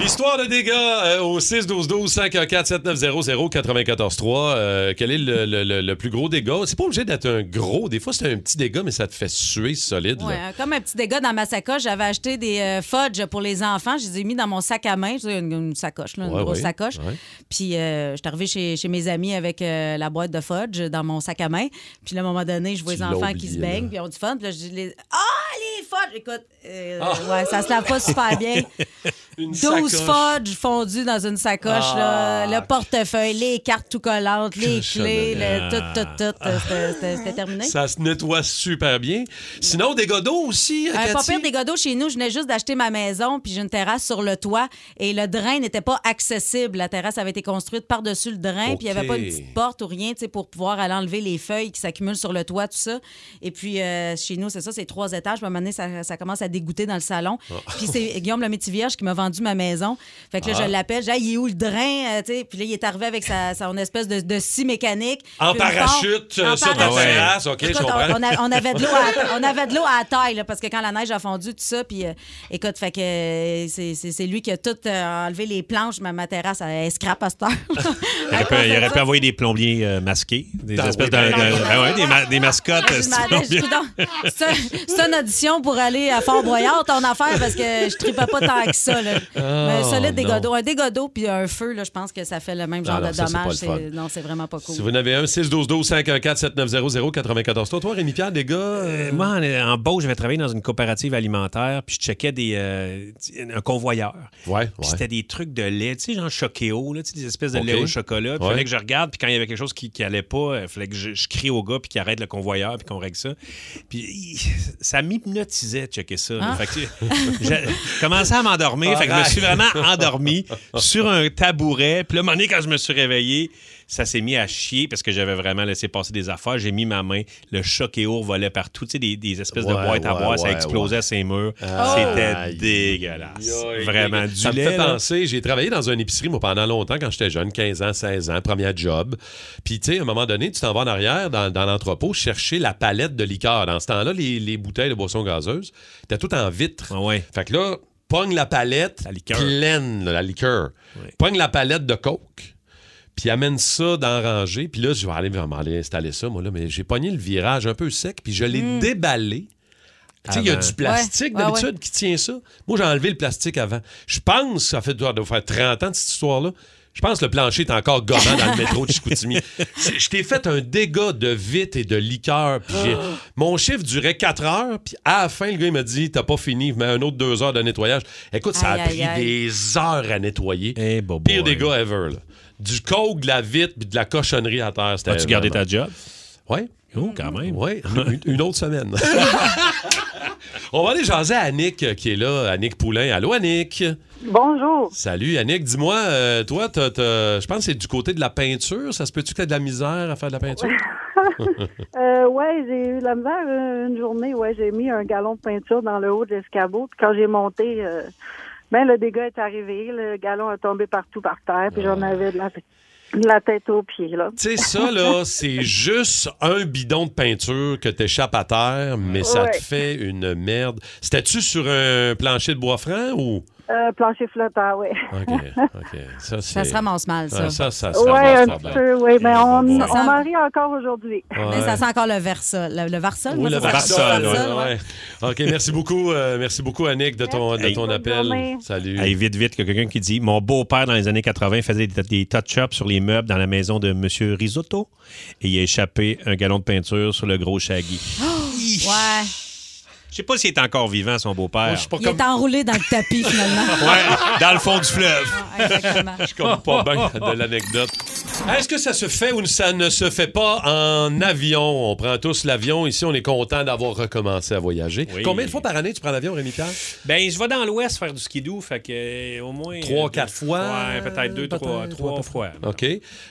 B: Histoire de dégâts euh, au 6 12 12 514 7900 94 3 Euh, quel est le, le- le- le plus gros dégât C'est pas obligé d'être un gros, des fois c'est un petit dégât mais ça te fait suer solide. là.
D: Ouais, hein, comme un petit dégât dans ma sacoche, j'avais acheté des euh, fudge pour les enfants. Je les ai mis dans mon sac à main, Je veux dire, une, une sacoche, là, une
B: Ouais,
D: grosse
B: ouais,
D: sacoche.
B: ouais.
D: Puis euh, je suis arrivée chez, chez mes amis avec euh, la boîte de fudge dans mon sac à main. Puis là, à un moment donné, je vois
L: Tu
D: les
L: l'as
D: enfants qui
L: oublié,
D: se
L: là.
D: baignent, puis ils ont du fun. Puis là, je dis les- Ah, les fudge! Écoute, euh, ouais, ça se lave pas super bien. 12 fudge fondus dans une sacoche,
L: Ah.
D: là, le portefeuille, les cartes tout collantes, les clés,
B: Cochonnerie.
D: le tout, tout, tout. euh, c'était- C'était c'était terminé.
B: Ça se nettoie super bien. Sinon dégâts d'eau aussi. euh,
D: Un pas
B: Cathy?
D: pire des godots chez nous. Je venais juste d'acheter ma maison, puis j'ai une terrasse sur le toit et le drain n'était pas accessible. La terrasse avait été construite par-dessus le drain, puis il n'y avait
L: OK.
D: pas une petite porte ou rien tu sais, pour pouvoir aller enlever les feuilles qui s'accumulent sur le toit, tout ça. Et puis euh, chez nous, c'est ça, c'est trois étages. Puis à un moment donné, ça, ça commence à dégoûter dans le salon.
L: Ah.
D: Puis c'est Guillaume le métier vierge qui m'a vendu ma maison. Fait que là,
L: Ah.
D: je l'appelle, j'ai il est où le drain? Euh, tu sais, Puis là, il est arrivé avec sa, son espèce de, de scie mécanique.
B: En
D: Puis une pompe.
B: parachute, euh,
D: En
B: sur ta
D: parachute.
B: terrasse, OK, je
D: Écoute, on-
B: comprends.
D: on a- on avait de l'eau à- on avait de l'eau à la taille, là, parce que quand la neige a fondu, tout ça, puis euh, écoute, fait que euh, c'est- c'est c'est lui qui a tout euh, enlevé les planches, ma, ma terrasse, elle, elle scrape à cette heure.
C: Il aurait, pu, il aurait pu envoyer des plombiers euh, masqués, des
B: Ah,
C: espèces
B: oui,
C: de,
B: ben-
C: de- ben ouais, des, ma- des mascottes.
D: Ah, Je
C: c'est
D: m'en allais, je dis,
C: plombier.
D: coudonc, C'est c'est une audition pour aller à Fort Boyard, ton affaire, parce que je tripais pas tant que ça. Là.
B: Oh,
D: Mais un solide dégodeau. Un dégodeau puis un feu, là, je pense que ça fait le même
B: Non,
D: genre
B: non,
D: de
B: ça, c'est pas
D: dommage.
B: le fun.
D: C'est- Non, c'est vraiment pas cool.
B: Si vous en avez un, 612-12-514-7900-94. Toi, toi, Rémi-Pierre, des gars... euh,
C: moi, en, en Beauce, j'avais travaillé dans une coopérative alimentaire, puis je checkais des, euh, un convoyeur.
B: Ouais,
C: Puis c'était des trucs de lait, tu sais, genre choquéo, là, tu sais, des espèces de
B: Ok.
C: lait au chocolat. Puis
B: Ouais.
C: fallait que je regarde, puis quand il y avait quelque chose qui n'allait pas, il fallait que je, je crie au gars, puis qu'il arrête le convoyeur, puis qu'on règle ça. Puis il- ça m'hypnotisait de checker ça. là.
B: Ah.
C: Fait que j'ai commencé à m'endormir, fait que je me suis
B: Arrête.
C: vraiment endormi sur un tabouret. Puis là, un moment donné, quand je me suis réveillé, ça s'est mis à chier parce que j'avais vraiment laissé passer des affaires. J'ai mis ma main, le choquéo volait partout, tu sais, des, des espèces de
B: Ouais,
C: boîtes à
B: ouais,
C: boire, ça
B: ouais,
C: explosait
B: ouais.
C: ses murs.
B: Ah.
C: C'était
B: Aïe.
C: dégueulasse.
B: Aïe,
C: Vraiment
B: aïe.
C: du
B: ça me
C: lait.
B: fait
C: là.
B: penser, j'ai travaillé dans une épicerie moi, pendant longtemps quand j'étais jeune, 15 ans, 16 ans, premier job. Puis tu sais, à un moment donné, tu t'en vas en arrière dans, dans l'entrepôt chercher la palette de liqueur. Dans ce temps-là, les, les bouteilles de boissons gazeuses, t'as tout en vitre.
C: Ah
B: Fait que là, pogne la palette pleine, là, la liqueur. Pogne la palette de coke. Puis amène ça dans la rangée. Puis là, je vais aller, vraiment aller installer ça, moi, là. Mais j'ai pogné le virage un peu sec, puis je l'ai
C: Mm.
B: déballé. Tu sais, il y a
C: Avant.
B: du plastique
C: Ouais, ouais,
B: d'habitude
C: ouais.
B: qui tient ça. Moi, j'ai enlevé le plastique avant. Je pense, ça fait doit doit faire 30 ans de cette histoire-là. Je pense que le plancher est encore gommant dans le métro de Chicoutimi. C'est- Je t'ai fait un dégât de vite et de liqueur. puis j'ai-
C: Ah!
B: Mon chiffre durait 4 heures. Puis à la fin, le gars il m'a dit T'as pas fini, mais un autre 2 heures de nettoyage. Écoute, ça
C: Aïe,
B: a
C: aïe,
B: pris
C: aïe.
B: des heures à nettoyer.
C: Eh,
B: Pire dégât ever. là. Du coke, de la vitre puis de la cochonnerie à terre.
C: As-tu gardé ta job?
B: Oui.
C: Oh, quand même.
B: Oui, une, une autre semaine. On va aller jaser à Annick euh, qui est là, Annick Poulain. Allô, Annick.
L: Bonjour.
B: Salut, Annick. Dis-moi, euh, toi, t'as- t'as- je pense que c'est du côté de la peinture. Ça se peut-tu que tu de la misère à faire de la peinture?
L: Euh, ouais, j'ai eu la misère euh, une journée. Ouais, j'ai mis un galon de peinture dans le haut de l'escabeau. Puis quand j'ai monté, euh, ben le dégât est arrivé. Le galon a tombé partout par terre. Puis j'en avais de la, de la tête aux pieds là.
B: Tu sais, Ah. ça, là, c'est juste un bidon de peinture que t'échappes à terre, mais ça
L: Ouais.
B: te fait une merde. C'était-tu sur un plancher de bois franc ou...
L: Euh, plancher flottant, ouais.
B: OK, OK.
D: Ça
B: Ça, c'est-
D: se ramasse mal, ça.
B: Ah, ça, ça se
L: ouais,
B: ramasse
L: un
B: pas
L: petit
B: bien.
L: peu. Ouais, mais on,
B: bon.
L: on en rit encore aujourd'hui.
D: Mais ça sent encore le versol. Le, le varsol,
B: Oui,
D: moi,
B: le
D: Ah, ça sent
B: Varsol,
D: le
B: ouais, ouais. OK, merci beaucoup. euh, merci beaucoup, Annick, de ton, de ton appel.
D: journée.
B: Salut.
C: Hey, vite, vite, que quelqu'un qui dit Mon beau-père, dans les années 80, faisait des, des touch-ups sur les meubles dans la maison de M. Risotto et il a échappé un galon de peinture sur le gros Shaggy.
B: Oh,
D: Ouais.
C: Je sais pas s'il est encore vivant, son beau-père.
D: Il est enroulé dans le tapis, finalement.
C: Ouais, dans le fond du fleuve.
D: exactement.
B: Je compte pas bien de l'anecdote. Est-ce que ça se fait ou ça ne se fait pas en avion? On prend tous l'avion. Ici, on est content d'avoir recommencé à voyager. Combien de fois par année tu prends l'avion, Rémi-Pierre?
C: Ben, je vais dans l'Ouest faire du skidoo, fait que euh, au moins.
B: Trois,
C: euh,
B: quatre
C: deux-
B: fois?
C: Ouais, peut-être deux, trois, trois fois.
B: OK.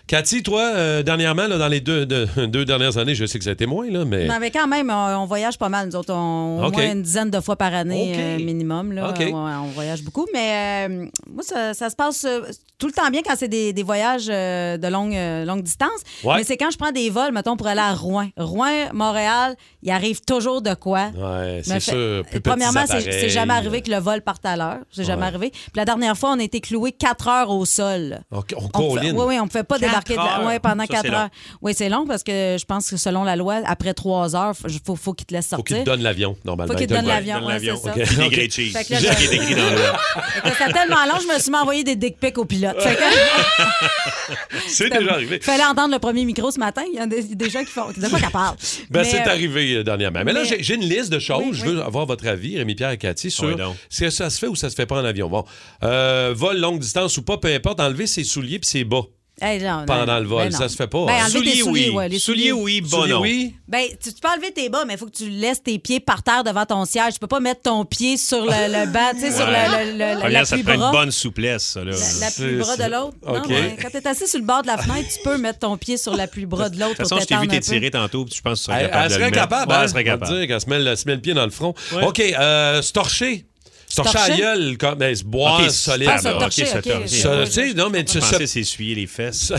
B: Cathy, toi, euh, dernièrement, là, dans les deux, deux- deux dernières années, je sais que ça a été moins, là, mais...
D: Non, mais quand même, on, on voyage pas mal. Nous autres, on,
B: OK.
D: au moins une dizaine de fois par année
B: OK.
D: euh, minimum. Là.
B: OK.
D: Ouais, on voyage beaucoup. Mais euh, moi, ça, ça se passe euh, tout le temps bien quand c'est des, des voyages euh, de longue, euh, longue distance.
B: Ouais.
D: Mais c'est quand je prends des vols, mettons, pour aller à Rouen. Rouen, Montréal, il arrive toujours de quoi.
B: Ouais,
D: Mais
B: c'est
D: fait-
B: sûr. plus petits
D: Premièrement, c'est-
B: appareils.
D: c'est jamais arrivé que le vol parte à l'heure. C'est jamais
B: Ouais.
D: arrivé. Puis la dernière fois, on était cloués quatre heures au sol.
B: OK, on
D: On
B: colline.
D: fait- oui, oui, on ne fait pas
B: Quatre
D: débarquer de la-
B: heures.
D: ouais, pendant
B: Ça,
D: quatre
B: c'est long.
D: heures. Oui, c'est long parce que je pense que selon la loi, après trois heures, il faut, faut qu'il te laisse
B: Faut
D: sortir.
B: qu'il te donne l'avion, normalement.
D: Faut qu'il te donne l'avion, ouais, c'est ça.
C: Puis des
B: OK.
C: grilled cheese.
D: Fait que là,
C: Juste
D: je-
C: ce qui est écrit dans l'Ouest.
D: Fait que C'était tellement long, je me suis mis à envoyer des dick pics au pilote. Fait que-
B: C'est déjà arrivé.
D: fallait entendre le premier micro ce matin. Il y en a des, des gens qui font. Tu sais pas qu'elle parle.
B: Ben,
D: Mais,
B: c'est
D: euh,
B: arrivé euh, dernièrement. Mais, là,
D: mais-
B: j'ai j'ai une liste de choses.
D: Oui,
B: je
D: oui.
B: veux avoir votre avis, Rémi-Pierre et Cathy, sur
C: Oui, donc.
B: si ça se fait ou ça se fait pas en avion. Bon, Euh, vol longue distance ou pas, peu importe, enlever ses souliers puis ses bas.
D: hey, non, non,
B: Pendant le vol,
D: ben non.
B: ça se fait pas,
D: Ben,
B: hein.
D: enlever tes
B: Souliers,
D: souliers,
B: oui.
D: ouais, les
B: Souliers, oui, bon, Souliers, non. oui.
D: Ben, tu, tu peux enlever tes bas, mais il faut que tu laisses tes pieds par terre devant ton siège. Tu peux pas mettre ton pied sur le, le banc, tu sais, sur
C: Ouais.
D: le, le,
B: Ah,
D: le-
C: Première, ça te prend
D: l'appui-bras.
C: une bonne souplesse, ça. Là.
D: La- L'appui-bras de l'autre. Non,
C: OK.
D: mais quand t'es assis sur le bord de la fenêtre, tu peux mettre ton pied sur l'appui-bras de
C: De
D: l'autre
C: toute
D: pour
C: façon, je t'ai vu
D: t'étendre un
C: t'étirer
D: peu.
C: tantôt, puis je pense que tu serais
B: Elle,
C: capable.
B: elle
C: de
B: serait
C: le mettre.
B: capable,
C: Ouais,
B: hein?
C: elle serait
B: On va te
C: capable.
B: dire qu'elle se met, le, se met le pied dans le front.
C: Ouais.
B: OK, euh, se torcher. Se torcher à la
C: Torcher?
B: gueule, comme, ben, se boire
C: OK,
B: solide.
C: ah, se torcher, OK, se torcher.
B: Se- tu sais, non, mais
C: Je
B: tu
C: pensais s'essuyer les fesses.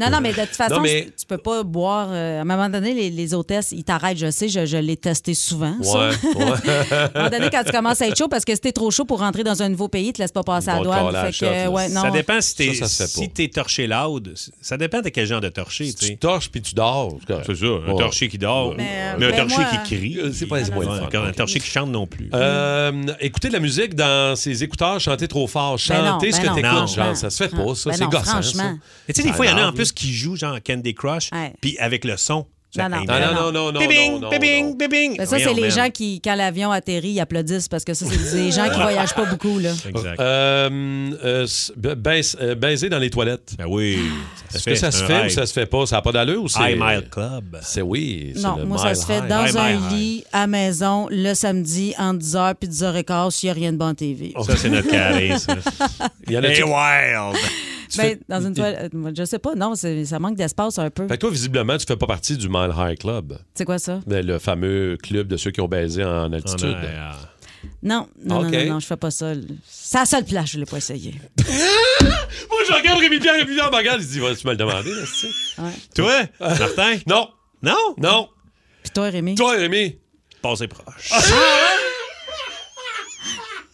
D: Non, non, mais de toute façon,
B: Non, mais-
D: tu peux pas boire. euh, à un moment donné, les, les hôtesses, ils t'arrêtent. Je sais, je, je l'ai testé souvent. ça.
B: Ouais, ouais.
D: à un moment donné, quand tu commences à être chaud, parce que si t'es trop chaud pour rentrer dans un nouveau pays, ils te laisse pas passer à la
C: Bon,
D: douane.
C: collage,
D: Fait
C: shot,
D: que,
C: là.
D: ouais, non.
C: ça dépend si t'es
B: Ça, ça se fait
C: si t'es torché loud. Ça dépend de quel genre de torché. tu torches
B: puis tu dors.
C: C'est ça, un
B: Ouais.
C: torché qui dort.
B: Mais,
C: Oh. Mais,
B: euh,
C: un
B: ben,
C: torché
B: moi-
C: qui crie.
B: C'est pas- c'est pas le fun.
C: Un torché qui chante non plus.
B: Euh, écoutez de la musique. musique dans ses écouteurs chanter trop fort. Chanter
C: Ben non,
B: ce
C: ben
B: que
C: non,
B: t'écoutes, genre,
C: franchement.
B: ça se fait pas, ça.
C: Ben
B: c'est
C: non,
B: gossant, ça.
C: franchement. Mais tu sais, des
B: Ça
C: fois, il y en a en
B: énerve.
C: plus qui jouent genre Candy Crush, puis avec le son.
D: Non, non.
B: Non,
C: Hey, man.
B: non, non, non,
C: Bibing,
B: non, non,
C: bibing,
B: non.
C: bibing.
D: Ben ça, c'est
C: Voyons,
D: les
C: man.
D: gens qui, quand l'avion atterrit, ils applaudissent parce que ça, c'est des gens qui voyagent pas beaucoup. Là.
C: Exact.
B: Euh, euh, s- ba- baise- euh, baiser dans les toilettes.
C: Ben oui.
B: Est-ce
C: fait,
B: que ça
C: c'est
B: se
C: un
B: fait ou
C: rêve.
B: ça se fait pas? Ça n'a pas d'allure ou c'est.
C: High Mile Club.
B: C'est oui. c'est
D: Non,
B: le
D: moi, ça
B: mile
D: se fait
B: high.
D: dans un lit, à maison, le samedi, entre 10h puis 10h15, s'il n'y a rien de bon à TV.
C: Ça, c'est notre carré, ça.
B: Il y en a
C: Hey,
B: qui-
C: wild.
D: Ben, dans une toilette, euh, je sais pas, non, c'est- ça manque d'espace un peu.
B: Fait que toi, visiblement, tu fais pas partie du Mile High Club.
D: C'est quoi ça?
B: Ben, le fameux club de ceux qui ont baisé en altitude.
C: En arrière.
D: Non, non, non,
B: Ok.
D: non, non, je fais pas ça. C'est la seule place, je l'ai pas essayé.
B: Moi, je regarde Rémi Pierre, Rémi Pierre me regarde, il se dit Vas-tu me le demander, là, tu sais?
C: Toi, Martin?
B: Non.
C: Non?
B: Non.
D: Puis toi, Rémi?
B: Toi, Rémi?
C: Passez proche.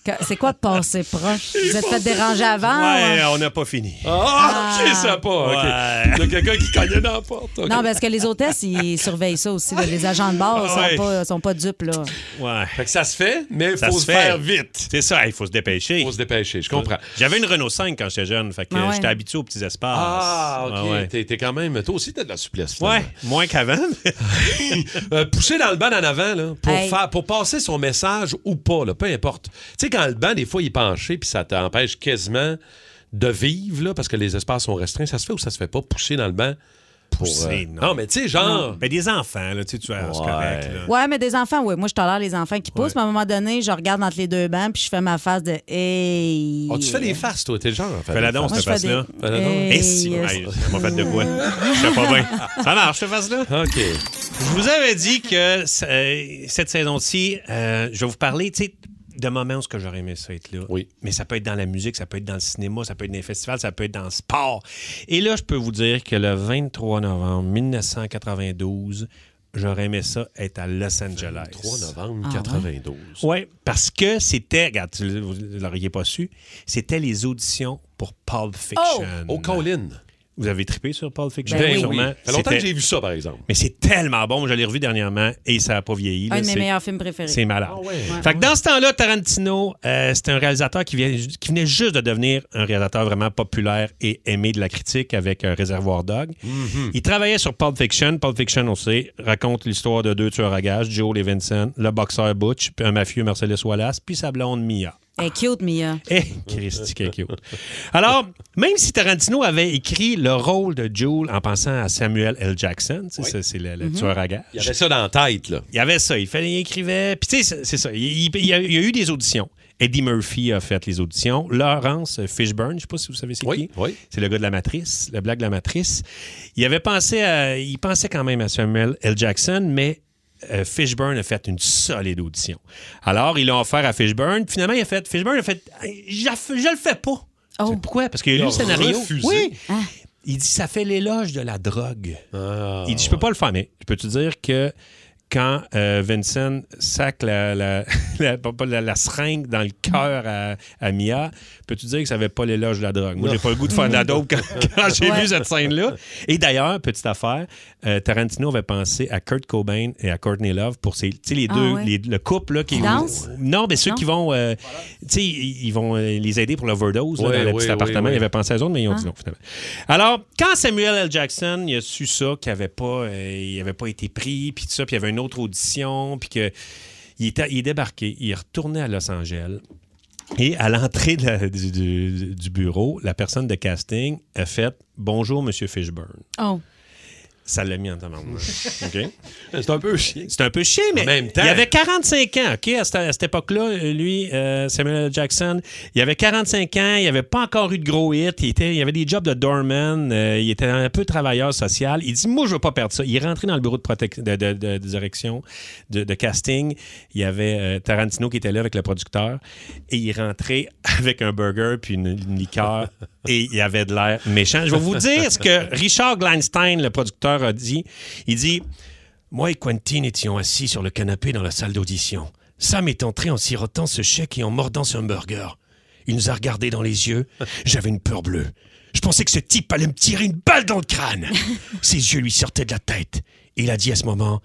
D: Que- C'est quoi passer proche? Vous êtes fait déranger avant? hein?
C: Ouais,
D: ou-
C: on n'a pas fini.
B: Ah, ok, ça pas. OK. Il y a quelqu'un qui cognait dans la porte. ok.
D: Non, parce que les hôtesses, ils surveillent ça aussi. là. Les agents de
B: Ah,
D: bord sont,
C: Ouais.
D: pas, sont pas dupes. Là.
C: Ouais.
B: Fait que ça se fait, mais il
C: Ça
B: faut
C: se
B: se
C: fait.
B: faire vite.
C: C'est ça, il faut se dépêcher.
B: faut se dépêcher, je comprends.
C: J'avais une Renault 5 quand j'étais jeune, fait que
D: Ah ouais.
C: j'étais habitué aux petits espaces.
B: Ah, OK.
C: Ouais, ouais.
B: T'es- T'es quand même. Toi aussi, t'as de la souplesse.
C: Ouais,
B: finalement.
C: moins qu'avant. mais-
B: Euh, pousser dans le banc en avant, là, pour,
D: Hey.
B: faire, pour passer son message ou pas, là, peu importe. Tu sais, quand le banc, des fois, il est penché, puis ça t'empêche quasiment de vivre, là, parce que les espaces sont restreints. Ça se fait ou ça se fait pas, pousser dans le banc? Pour, euh,
C: Pousser,
B: non.
C: non.
B: mais tu sais, genre...
C: Ben, des enfants, là, tu sais, tu as- c'est
B: Ouais.
C: correct. là.
D: Ouais, mais des enfants, oui. Moi, je tolère les enfants qui poussent, mais à un moment donné, je regarde entre les deux bancs, puis je fais ma face de Hey.
B: Oh, tu fais des farces, toi, t'es le genre. à faire
C: Fais la
B: des
C: danse,
B: farces.
C: cette
D: Moi, je fais
C: face-là.
D: des-
B: Fais
D: Hey,
B: la danse.
D: euh,
C: Eh, si,
D: yes.
C: hey, ça m'a fait de quoi? Je sais pas bien. Ça marche, cette face-là?
B: OK.
C: Je vous avais dit que euh, cette saison-ci, euh, je vais vous parler, tu sais, de moments où ce que j'aurais aimé ça être là.
B: Oui.
C: Mais ça peut être dans la musique, ça peut être dans le cinéma, ça peut être dans les festivals, ça peut être dans le sport. Et là, je peux vous dire que le 23 novembre 1992, j'aurais aimé ça être à Los Angeles.
B: 3 novembre
D: Ah,
B: 92.
C: Oui, parce que c'était, regarde, tu l- vous l'auriez pas su, c'était les auditions pour Pulp Fiction.
B: Oh, Colin.
C: Vous avez trippé sur Pulp Fiction,
D: Ben oui.
C: sûrement.
B: Ça fait longtemps que
C: C'était-
B: j'ai vu ça, par exemple.
C: mais c'est tellement bon. Je l'ai revu dernièrement et ça n'a pas vieilli. là.
D: Un de mes
C: C'est-
D: meilleurs films préférés.
C: C'est malade.
B: Ah ouais.
C: Fait que dans ce temps-là, Tarantino, euh, c'était un réalisateur qui, vient- qui venait juste de devenir un réalisateur vraiment populaire et aimé de la critique avec euh, un Réservoir Dog.
D: Mhm.
C: Il travaillait sur Pulp Fiction. Pulp Fiction, on sait, raconte l'histoire de deux tueurs à gages, Joe Levinson, le boxeur Butch, puis un mafieux Marcellus Wallace, puis sa blonde Mia.
D: Elle est cute, Mia.
C: Eh, Christy, quel cute. Alors, même si Tarantino avait écrit le rôle de Joel en pensant à Samuel L. Jackson, tu sais, ça, c'est le, le tueur à gages.
B: Mm-hmm. Il y avait ça dans la tête, là.
C: Il y avait ça, il, fallait, il écrivait. Puis tu sais, c'est- c'est ça. Il, il- il y a, il y a eu des auditions. Eddie Murphy a fait les auditions. Lawrence Fishburne, je ne sais pas si vous savez c'est
B: Oui,
C: qui.
B: oui.
C: C'est le gars de la matrice, le blague de la matrice. Il avait pensé à- il pensait quand même à Samuel L. Jackson, mais euh, Fishburne a fait une solide audition. Alors, ils l'ont offert à Fishburne. Finalement, il a fait, Fishburne a fait, je, je le fais pas.
D: Oh.
C: Pourquoi? Parce qu'il a lu le
B: a
C: scénario.
B: refusé.
C: Oui.
D: Ah.
C: Il dit, ça fait l'éloge de la drogue.
B: Ah,
C: Il dit, je peux pas le faire, mais je peux te dire que quand euh, Vincent sac la, la, la- pas- pas la- la seringue dans le cœur à, à Mia, peux-tu dire que ça avait pas l'éloge de la drogue? Moi, j'ai pas le goût de faire de la dope quand, quand j'ai
D: Ouais.
C: vu cette scène-là. Et d'ailleurs, petite affaire, euh, Tarantino avait pensé à Kurt Cobain et à Courtney Love pour ces, tu sais, les
D: Ah
C: deux,
D: ouais.
C: les- le couple là, qui...
D: Qui dansent?
C: Non, mais ceux
D: Non?
C: qui vont, euh, tu sais, ils ils vont euh, les aider pour l'overdose là,
B: Ouais,
C: dans le
B: ouais,
C: petit
B: ouais,
C: appartement.
B: ouais.
C: Il avait pensé à eux autres, mais ils ont dit non, finalement. Alors, quand Samuel L. Jackson il a su ça, qu'il n'avait pas, euh, il avait pas été pris, puis tout ça, puis il y avait une autre audition, puis que il, était, il est débarqué, il est retourné à Los Angeles. Et à l'entrée de la- du, du- du bureau, la personne de casting a fait Bonjour, Monsieur Fishburne.
D: Oh.
C: Ça l'a mis en tabarnak. OK?
B: C'est un peu chiant.
C: C'est un peu chier, mais
B: En même temps.
C: il avait 45 ans, OK, à cette, à cette époque-là, lui, euh, Samuel L. Jackson, il avait 45 ans, il n'avait pas encore eu de gros hits, il, était, il avait des jobs de doorman, euh, il était un peu travailleur social. Il dit, moi, je veux pas perdre ça. Il est rentré dans le bureau de, protec- de, de- de- de direction, de, de casting. Il y avait euh, Tarantino qui était là avec le producteur, et il est rentré avec un burger puis une, une liqueur, et il avait de l'air méchant. Je vais vous dire ce que Richard Gleinstein, le producteur, a dit. Il dit... Moi et Quentin étions assis sur le canapé dans la salle d'audition. Sam est entré en sirotant ce chèque et en mordant son burger. Il nous a regardés dans les yeux. J'avais une peur bleue.
M: Je pensais que ce type allait me tirer une balle dans le crâne. Ses yeux lui sortaient de la tête. Et il a dit à ce moment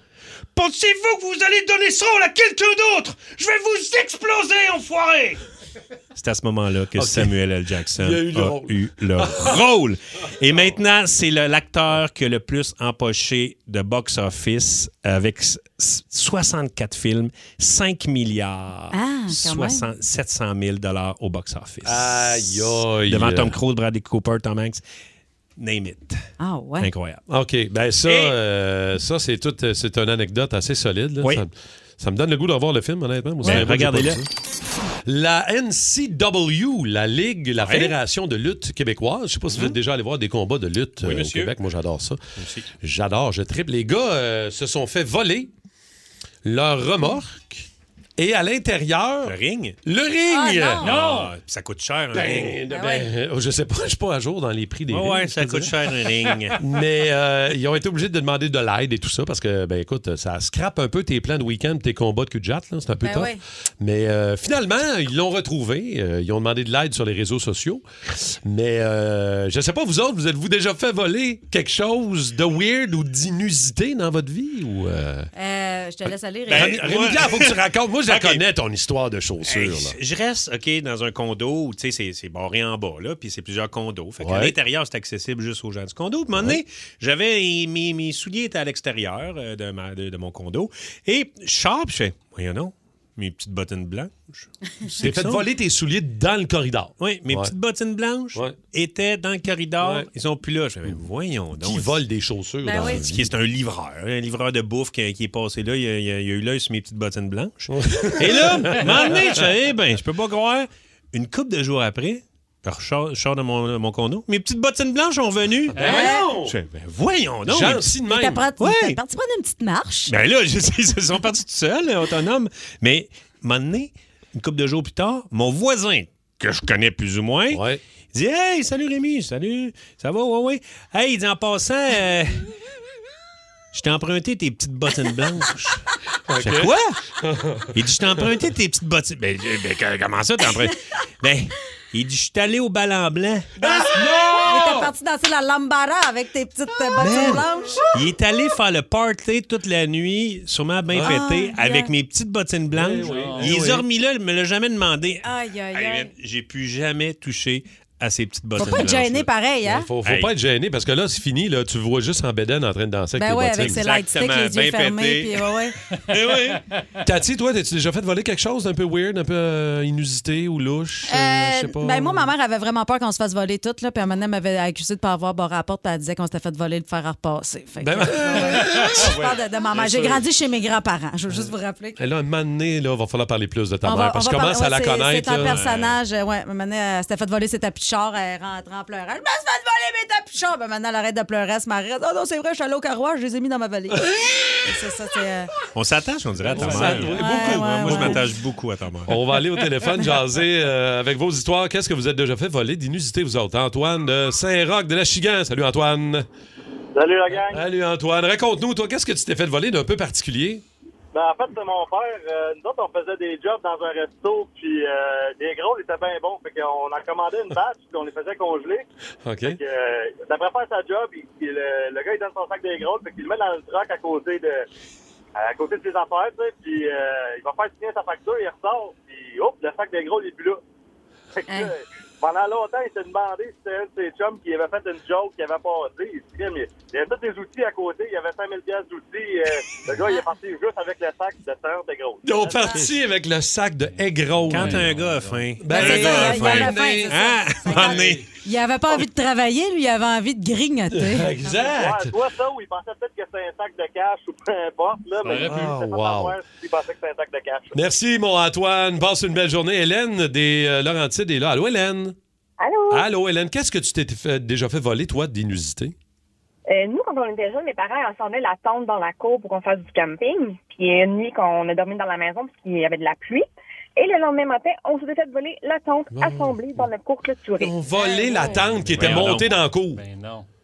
N: Pensez-vous que vous allez donner ce rôle à quelqu'un d'autre Je vais vous exploser, enfoiré
C: C'est à ce moment-là que
N: Ok.
C: Samuel L. Jackson
N: Il a eu le
C: a
N: rôle.
C: eu le rôle. Et maintenant, c'est le- l'acteur qui a le plus empoché de box-office avec s- s- 64 films, 5 milliards,
N: Ah, quand même.
C: 60 700 000 dollars au box-office.
B: Aïe, aïe.
C: Devant Tom Cruise, Bradley Cooper, Tom Hanks. Name it.
D: Ah ouais.
C: Incroyable.
B: OK. Ben ça, euh, ça c'est tout, euh, c'est une anecdote assez solide. là.
C: Oui.
B: Ça, ça me donne le goût de revoir le film, honnêtement. Moi,
C: Ben,
B: c'est un peu que j'ai pas
C: regardez-le.
B: vu ça. La NCW, la Ligue, la
C: Ouais.
B: Fédération de lutte québécoise. Je sais pas si vous êtes déjà allé voir des combats de lutte
C: Mhm. Oui,
B: euh, au
C: monsieur.
B: Québec. Moi, j'adore ça. J'adore, je triple. Les gars euh, se sont fait voler leur remorque et à l'intérieur... Le
C: ring?
B: Le ring!
C: Ah, Ça coûte cher, un
B: Ben,
C: ring.
B: ben, euh, Je sais pas, je suis pas à jour dans les prix des
C: Ouais,
B: rings,
C: ouais,
B: je
C: ça
B: te
C: coûte
B: dirais.
C: cher, un ring.
B: Mais euh, ils ont été obligés de demander de l'aide et tout ça parce que, ben écoute, ça scrape un peu tes plans de week-end, tes combats de cul de jatte, là, c'est un peu
N: Ben
B: tough.
N: ouais.
B: Mais euh, finalement, ils l'ont retrouvé. euh, ils ont demandé de l'aide sur les réseaux sociaux. Mais euh, je sais pas, vous autres, vous êtes-vous déjà fait voler quelque chose de weird ou d'inusité dans votre vie? ou euh?
D: Euh, je te laisse aller.
B: Rémi-
D: Rémi.
B: Rémi Pierre, faut que tu racontes. Moi, je la connais, ton histoire de chaussures.
C: Hey,
B: là.
C: je- je reste, OK, dans un condo où, tu sais, c'est- c'est barré en bas, là, puis c'est plusieurs condos. Fait qu'à
B: Ouais.
C: l'intérieur, c'est accessible juste aux gens du condo. Puis, à un moment donné, j'avais mes, mes souliers étaient à l'extérieur euh, de, ma- de- de mon condo. Et je sors, puis je fais, voyons non, mes petites bottines blanches.
B: T'es fait voler tes souliers dans le corridor.
C: Oui, mes
B: Ouais.
C: petites bottines blanches étaient dans le corridor. Ils sont plus là. Je fais, mais voyons donc.
B: Qui vole des chaussures?
C: Ben
B: dans
C: oui.
B: la vie?
C: Qui est un livreur, hein, un livreur de bouffe qui, qui est passé là. Il a, il a- il a eu l'œil sur mes petites bottines blanches. Et là, à un moment donné, je fais, eh ben, je peux pas croire. Une couple de jours après, je sors, je sors de mon, mon condo. Mes petites bottines blanches sont venues.
B: Ben voyons!
C: Je fais, ben voyons donc! mes
B: Gentil
C: petites-
B: de même.
D: T'as
C: Ouais.
D: parti prendre une petite marche.
C: ben là, je sais, ils sont partis tout seuls, euh, autonomes. Mais, un moment donné, une couple de jours plus tard, mon voisin, que je connais plus ou moins, il dit Hey, salut Rémi, salut, ça va, ouais, ouais. Hey, il dit en passant, euh, je t'ai emprunté tes petites bottines blanches. Je fais, quoi? Il dit Je t'ai emprunté tes petites bottines. Ben, euh, ben, que- comment ça, t'as emprunté? Ben, il dit Je suis allé au bal en blanc.
D: Mais t'es Ah! parti danser la lambada avec tes petites euh, bottines
C: Man.
D: blanches.
C: Ben, Il est allé faire le party toute la nuit, sûrement bien
D: Ah,
C: fêté,
D: yeah.
C: avec mes petites bottines blanches.
D: Oui,
C: Il les
D: oui.
C: a remis là, il me l'a jamais demandé.
D: Aïe, aïe,
C: Hey,
D: aïe.
C: man, J'ai plus jamais touché à ces petites bottines
D: Faut pas
C: blanches.
D: être gêné pareil, hein?
B: Faut, faut pas être gêné parce que là, c'est fini. Là, tu le vois juste en bédaine en train de danser
D: Ben
B: avec
D: ouais,
B: tes
D: avec ses light sticks, les yeux fermés. Puis, ouais, ouais.
B: Tati, toi, t'as-tu déjà fait voler quelque chose d'un peu weird, un peu euh, inusité ou louche? euh,
D: Euh,
B: je sais pas.
D: ben moi, ma mère avait vraiment peur qu'on se fasse voler tout. Là, puis à un moment donné, elle m'avait accusé de pas avoir barré à la porte. Puis elle disait qu'on s'était fait voler le fer à repasser. Fait que- euh,
B: Ben,
G: Ah
D: je parle de, de ma mère.
B: Bien
D: J'ai
B: sûr.
D: grandi chez mes grands-parents. Je veux juste vous rappeler que...
B: Eh Là, un moment donné, là, va falloir parler plus de ta
D: On
B: mère
D: va-
B: parce
D: on
B: que
D: va
B: je commence
D: parler-
B: à
D: ouais,
B: la
D: c'est-
B: connaître.
D: C'est un
B: là.
D: personnage. euh, ouais, maintenant, elle s'était fait voler ses tapis de char. Elle rentrait en pleurant. Je me suis fait voler mes tapis de char. Ben, maintenant, elle arrête de pleurer. Elle se marie. Oh non, c'est vrai, je suis allée au carrois. Je les ai mis dans ma valise. c'est ça, c'est. euh,
C: On s'attache, on dirait, à ta
B: On
C: mère.
B: s'attache, oui, Ouais,
D: beaucoup. ouais,
C: Moi, je
D: ouais.
C: m'attache beaucoup à ta mère.
B: On va aller au téléphone jaser euh, avec vos histoires. Qu'est-ce que vous êtes déjà fait voler d'inusité, vous autres? Antoine de Saint-Roch de la Chigan. Salut, Antoine.
O: Salut la gang.
B: Salut, Antoine. Raconte-nous, toi, qu'est-ce que tu t'es fait voler d'un peu particulier?
O: Ben, en fait, c'est mon père. Euh, nous autres, on faisait des jobs dans un resto, puis euh, les gros, ils étaient bien bons. Fait qu'on en commandait une batch, puis on les faisait congeler.
B: OK.
O: Fait que,
D: Ah,
O: euh, d'après faire sa job, il- il- euh, le, le gars, il donne son sac des gros, fait qu'il le met dans le truck à côté de, à côté de ses affaires, tu sais, puis euh, il va faire signer sa facture, il ressort, puis hop, le sac des gros, il est plus là. Fait
D: Hein.
O: que, là, pendant longtemps, il s'est demandé si c'était un de ses chums qui avait fait une joke, qui avait passé. Il se dit, mais il y avait tous des outils à côté, il y avait 5000 pièces d'outils. euh, le gars, il est parti juste avec le sac de terre des gros.
B: Ils ont parti avec le sac de Aigros.
C: Quand un gars a faim.
B: Ben,
C: un
B: c'est
C: gars
B: ça,
C: a
B: il
C: faim.
B: y a la faim, c'est
C: Hein? Un nez.
D: Il avait pas envie de travailler, lui, il avait envie de grignoter.
O: Ouais, soit ça, ou il pensait peut-être que c'est un sac de cash ou peu importe, là, mais il
B: aurait pu.
O: s'est fait
B: Ah, wow.
O: avoir s'il pensait que c'est un sac de cash.
B: Merci, mon Antoine. Passe une belle journée. Hélène des euh, Laurentides est là. Allô, Hélène?
P: Allô?
B: Allô, Hélène. Qu'est-ce que tu t'es fait- déjà fait voler, toi, d'inusité?
P: Euh, nous, quand on était jeunes, mes parents ensemble la tente dans la cour pour qu'on fasse du camping. Puis euh, une nuit, qu'on a dormi dans la maison parce qu'il y avait de la pluie. Et le lendemain matin, on s'était fait voler la tente assemblée dans notre cour clôturée.
B: Voler la tente qui était
C: Voyons
B: montée
C: donc.
B: dans le cours.
C: Ben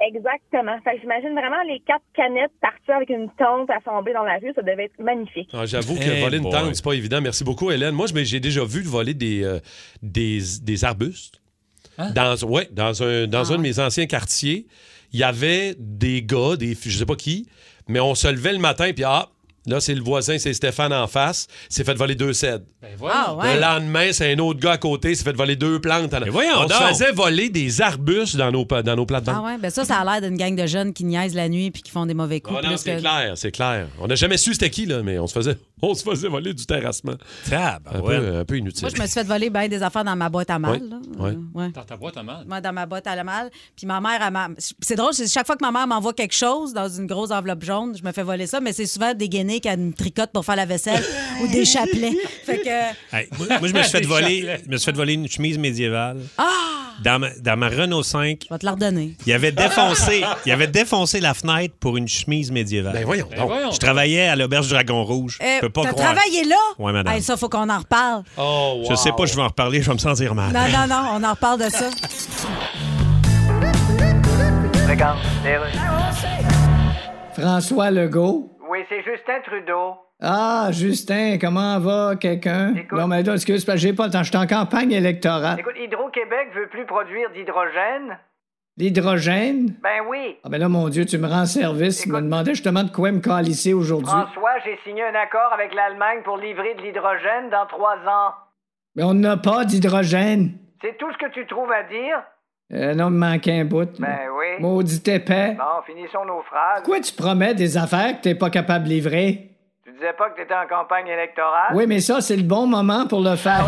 P: Exactement. Fait que j'imagine vraiment les quatre canettes partir avec une tente assemblée dans la rue. Ça devait être magnifique.
B: Ah, J'avoue que
C: Hey
B: voler une
C: boy.
B: tente, c'est pas évident. Merci beaucoup, Hélène. Moi, je- mais j'ai déjà vu voler des, euh, des, des arbustes.
C: Hein?
B: Dans, ouais, dans un, dans
C: Ah.
B: un de mes anciens quartiers, il y avait des gars, des, filles, je sais pas qui, mais on se levait le matin, puis ah, là, c'est le voisin, c'est Stéphane en face, s'est fait voler deux cèdres.
C: Ben,
D: Ah, ouais.
B: Le lendemain, c'est un autre gars à côté, s'est fait voler deux plantes.
C: voyons
B: on
C: donc.
B: se faisait voler des arbustes dans nos, pa- dans nos plates-bandes.
D: Ah ouais, ben ça, ça a l'air d'une gang de jeunes qui niaisent la nuit puis qui font des mauvais coups.
B: Ah non,
D: plus
B: c'est
D: que-
B: clair, c'est clair. On n'a jamais su c'était qui, là, mais on se faisait, on se faisait voler du terrassement. un, peu, un peu inutile.
D: Moi, je me suis fait voler bien des affaires dans ma boîte à mal.
B: Ouais,
D: là.
B: ouais.
G: Dans ta boîte à mal.
D: Moi, dans ma boîte à la malle. Puis ma mère, elle m'a- c'est drôle, c'est chaque fois que ma mère m'envoie quelque chose dans une grosse enveloppe jaune, je me fais voler ça, mais c'est souvent des guenilles qu'elle me tricote pour faire la vaisselle ou des chapelets. Fait que.
C: Hey, moi, moi, je me suis fait
D: Des
C: voler,
D: chapelets.
C: je me suis fait voler une chemise médiévale.
D: Ah!
C: Dans ma, dans ma Renault 5,
D: Je vais te la redonner.
C: il avait défoncé, il avait défoncé la fenêtre pour une chemise médiévale.
B: Ben voyons Ben
D: donc. voyons.
C: Je travaillais à l'auberge du Dragon Rouge.
D: Euh,
C: je peux pas
D: T'as
C: croire.
D: travaillé là?
C: Ouais, madame.
D: Hey, ça, faut qu'on en reparle.
B: Oh,
C: Je sais pas, je vais en reparler, je vais me sentir mal.
D: Non, non, non, on en reparle de ça.
Q: Eh
I: François Legault.
Q: Oui, c'est Justin Trudeau.
I: Ah, Justin, comment va quelqu'un? Non, mais là, excuse, parce que j'ai pas le temps. Je suis en campagne électorale.
Q: Écoute, Hydro-Québec veut plus produire d'hydrogène.
I: L'hydrogène?
Q: Ben oui.
I: Ah ben là, mon Dieu, tu me rends service. Tu me demandais justement de quoi me calisser aujourd'hui.
H: Ah.
Q: François, j'ai signé un accord avec l'Allemagne pour livrer de l'hydrogène dans trois ans.
I: Mais on n'a pas d'hydrogène.
Q: C'est tout ce que tu trouves à dire?
I: Euh, non, il me manquait un bout.
Q: Ben oui.
I: Maudit épais.
Q: Bon, finissons nos phrases.
I: Pourquoi tu promets des affaires que t'es pas capable de livrer?
Q: Tu disais pas que t'étais en campagne électorale?
I: Oui, mais ça, c'est le bon moment pour le
Q: Ah
I: faire.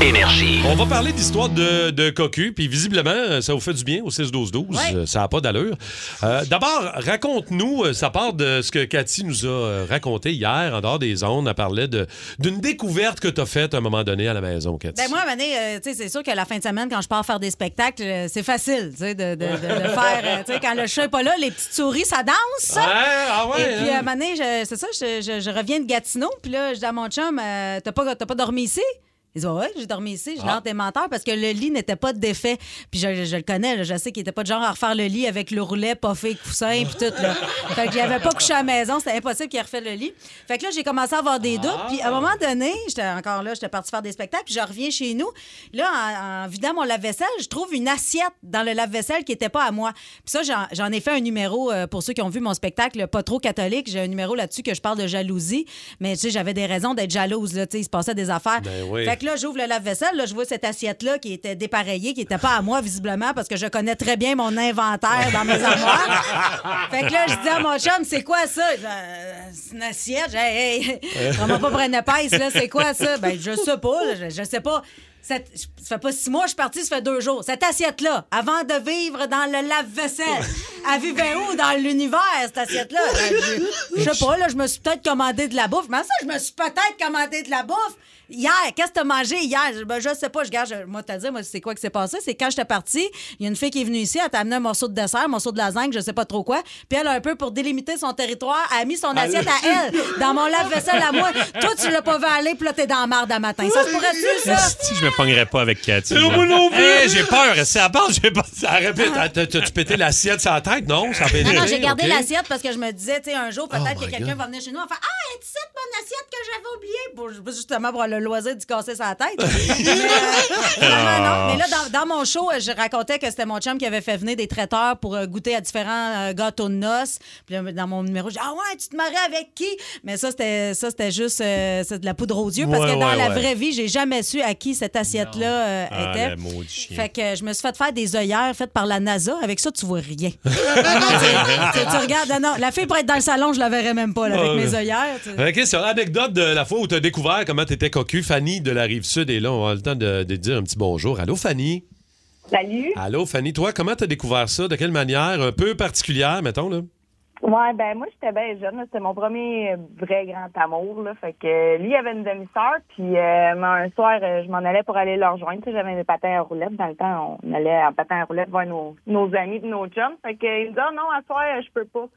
A: Énergie.
B: On va parler d'histoire de, de cocu, puis visiblement, euh, ça vous fait du bien au 6-12-12. Euh, Ça n'a pas d'allure. Euh, D'abord, raconte-nous, euh, ça part de ce que Cathy nous a euh, raconté hier, en dehors des ondes. Elle parlait de- d'une découverte que tu as faite à un moment donné à la maison, Cathy.
D: Ben moi, Mané, tu sais, c'est sûr que la fin de semaine, quand je pars faire des spectacles, euh, c'est facile, tu sais, de, de- de- de faire. euh, tu sais, quand le chat est pas là, les petites souris, ça danse.
B: Ouais, ah ouais,
D: Et puis,
B: hein.
D: euh, Mané, je- c'est ça, je, je- je reviens de Gatineau, puis là, je dis à mon chum, euh, t'as pas, t'as pas dormi ici? Ils disent, ouais, j'ai dormi ici, je
R: Ah.
D: l'entends des menteurs parce que le lit n'était pas défait. Puis je, je le connais, là, je sais qu'il était pas de genre à refaire le lit avec le roulet, poffé, coussin, puis tout. Là. Fait que j'avais pas couché à la maison, c'était impossible qu'il refait le lit. Fait que là, j'ai commencé à avoir des
B: Ah.
D: doutes. Puis à un moment donné, j'étais encore là, j'étais partie faire des spectacles, puis je reviens chez nous. Là, en, en vidant mon lave-vaisselle, je trouve une assiette dans le lave-vaisselle qui était pas à moi. Puis ça, j'en- j'en ai fait un numéro euh, pour ceux qui ont vu mon spectacle Pas trop catholique. J'ai un numéro là-dessus que je parle de jalousie. Mais tu sais, j'avais des raisons d'être jalouse. Là, Tu sais, il se passait des affaires.
R: Ben oui.
D: Fait que là, j'ouvre le lave-vaisselle, là, je vois cette assiette-là qui était dépareillée, qui n'était pas à moi, visiblement, parce que je connais très bien mon inventaire dans mes armoires. Fait que là, je dis à mon chum, c'est quoi ça? Il dit, Euh, C'est une assiette. J'ai, hey, hey, vraiment pas pour une épaisse, là, c'est quoi ça? Ben, je sais pas, là, je, je sais pas. Cette- ça fait pas six mois, je suis partie, ça fait deux jours. Cette assiette-là, avant de vivre dans le lave-vaisselle, elle vivait où dans l'univers, cette assiette-là? Ben, je, je sais pas, là, je me suis peut-être commandé de la bouffe. Mais ça, je me suis peut-être commandé de la bouffe? Hier, qu'est-ce que t'as mangé hier? Je- Ben, je sais pas, je garde, je- moi, te dire, moi, c'est quoi qui s'est passé? C'est quand j'étais partie, il y a une fille qui est venue ici, elle t'a amené un morceau de dessert, un morceau de lasagne, je sais pas trop quoi. Puis elle, un peu pour délimiter son territoire, elle a mis son
R: Ah,
D: assiette
R: là.
D: à elle, dans mon lave-vaisselle à moi. Toi, tu l'as pas vu aller, puis là, t'es dans la marde à matin. Ça se pourrait-tu, ça?
C: Esti, je me pognerais pas avec Cathy. là.
B: moi non plus.
C: Hey, j'ai peur. C'est à part, j'ai pas.
B: Arrête, t'as- t'as- t'as-tu pété l'assiette sur la tête? Non, ça a
D: Ah Non,
B: pété.
D: non, j'ai gardé
B: OK.
D: l'assiette parce que je me disais, tu sais, un jour, peut-être
B: Oh
D: que
B: my
D: quelqu'un
B: God.
D: va venir chez nous et faire Ah, est-ce cette mon assiette que j'avais oubliée? Pour, justement pour le loisir d'y casser sa tête. Mais, euh, vraiment, non. Mais là, dans, dans mon show, euh, je racontais que c'était mon chum qui avait fait venir des traiteurs pour euh, goûter à différents euh, gâteaux de noces. Puis là, dans mon numéro, j'ai dit, Ah ouais, tu te maries avec qui? Mais ça, c'était ça, c'était juste euh, c'est de la poudre aux yeux parce
C: Ouais,
D: que dans
C: ouais,
D: la
C: ouais.
D: vraie vie, j'ai jamais su à qui cette assiette-là euh,
C: Ah,
D: était.
C: le maudit chien.
D: Fait que euh, je me suis fait faire des œillères faites par la NASA. Avec ça, tu vois rien. Vraiment, tu, tu- tu regardes, non, non, la fille pourrait être dans le salon, je la verrais même pas là, avec
B: Ah,
D: mes
B: ouais.
D: œillères. tu sais.
B: OK, sur l'anecdote de la fois où tu as découvert comment tu étais cocu, Fanny de la Rive-Sud est là. On a le temps de, de dire un petit bonjour. Allô, Fanny?
S: Salut.
B: Allô, Fanny. Toi, comment tu as découvert ça? De quelle manière? Un peu particulière, mettons, là?
S: Ouais, ben moi j'étais bien jeune, là. c'était mon premier euh, vrai grand amour là, fait que euh, lui il avait une demi-sœur puis euh, moi, un soir euh, je m'en allais pour aller le rejoindre, Tu sais, j'avais des patins à roulettes dans le temps, on allait en patins à roulettes voir nos, nos amis de nos chums, fait que euh, il me dit Ah non, à soir euh, je peux pas.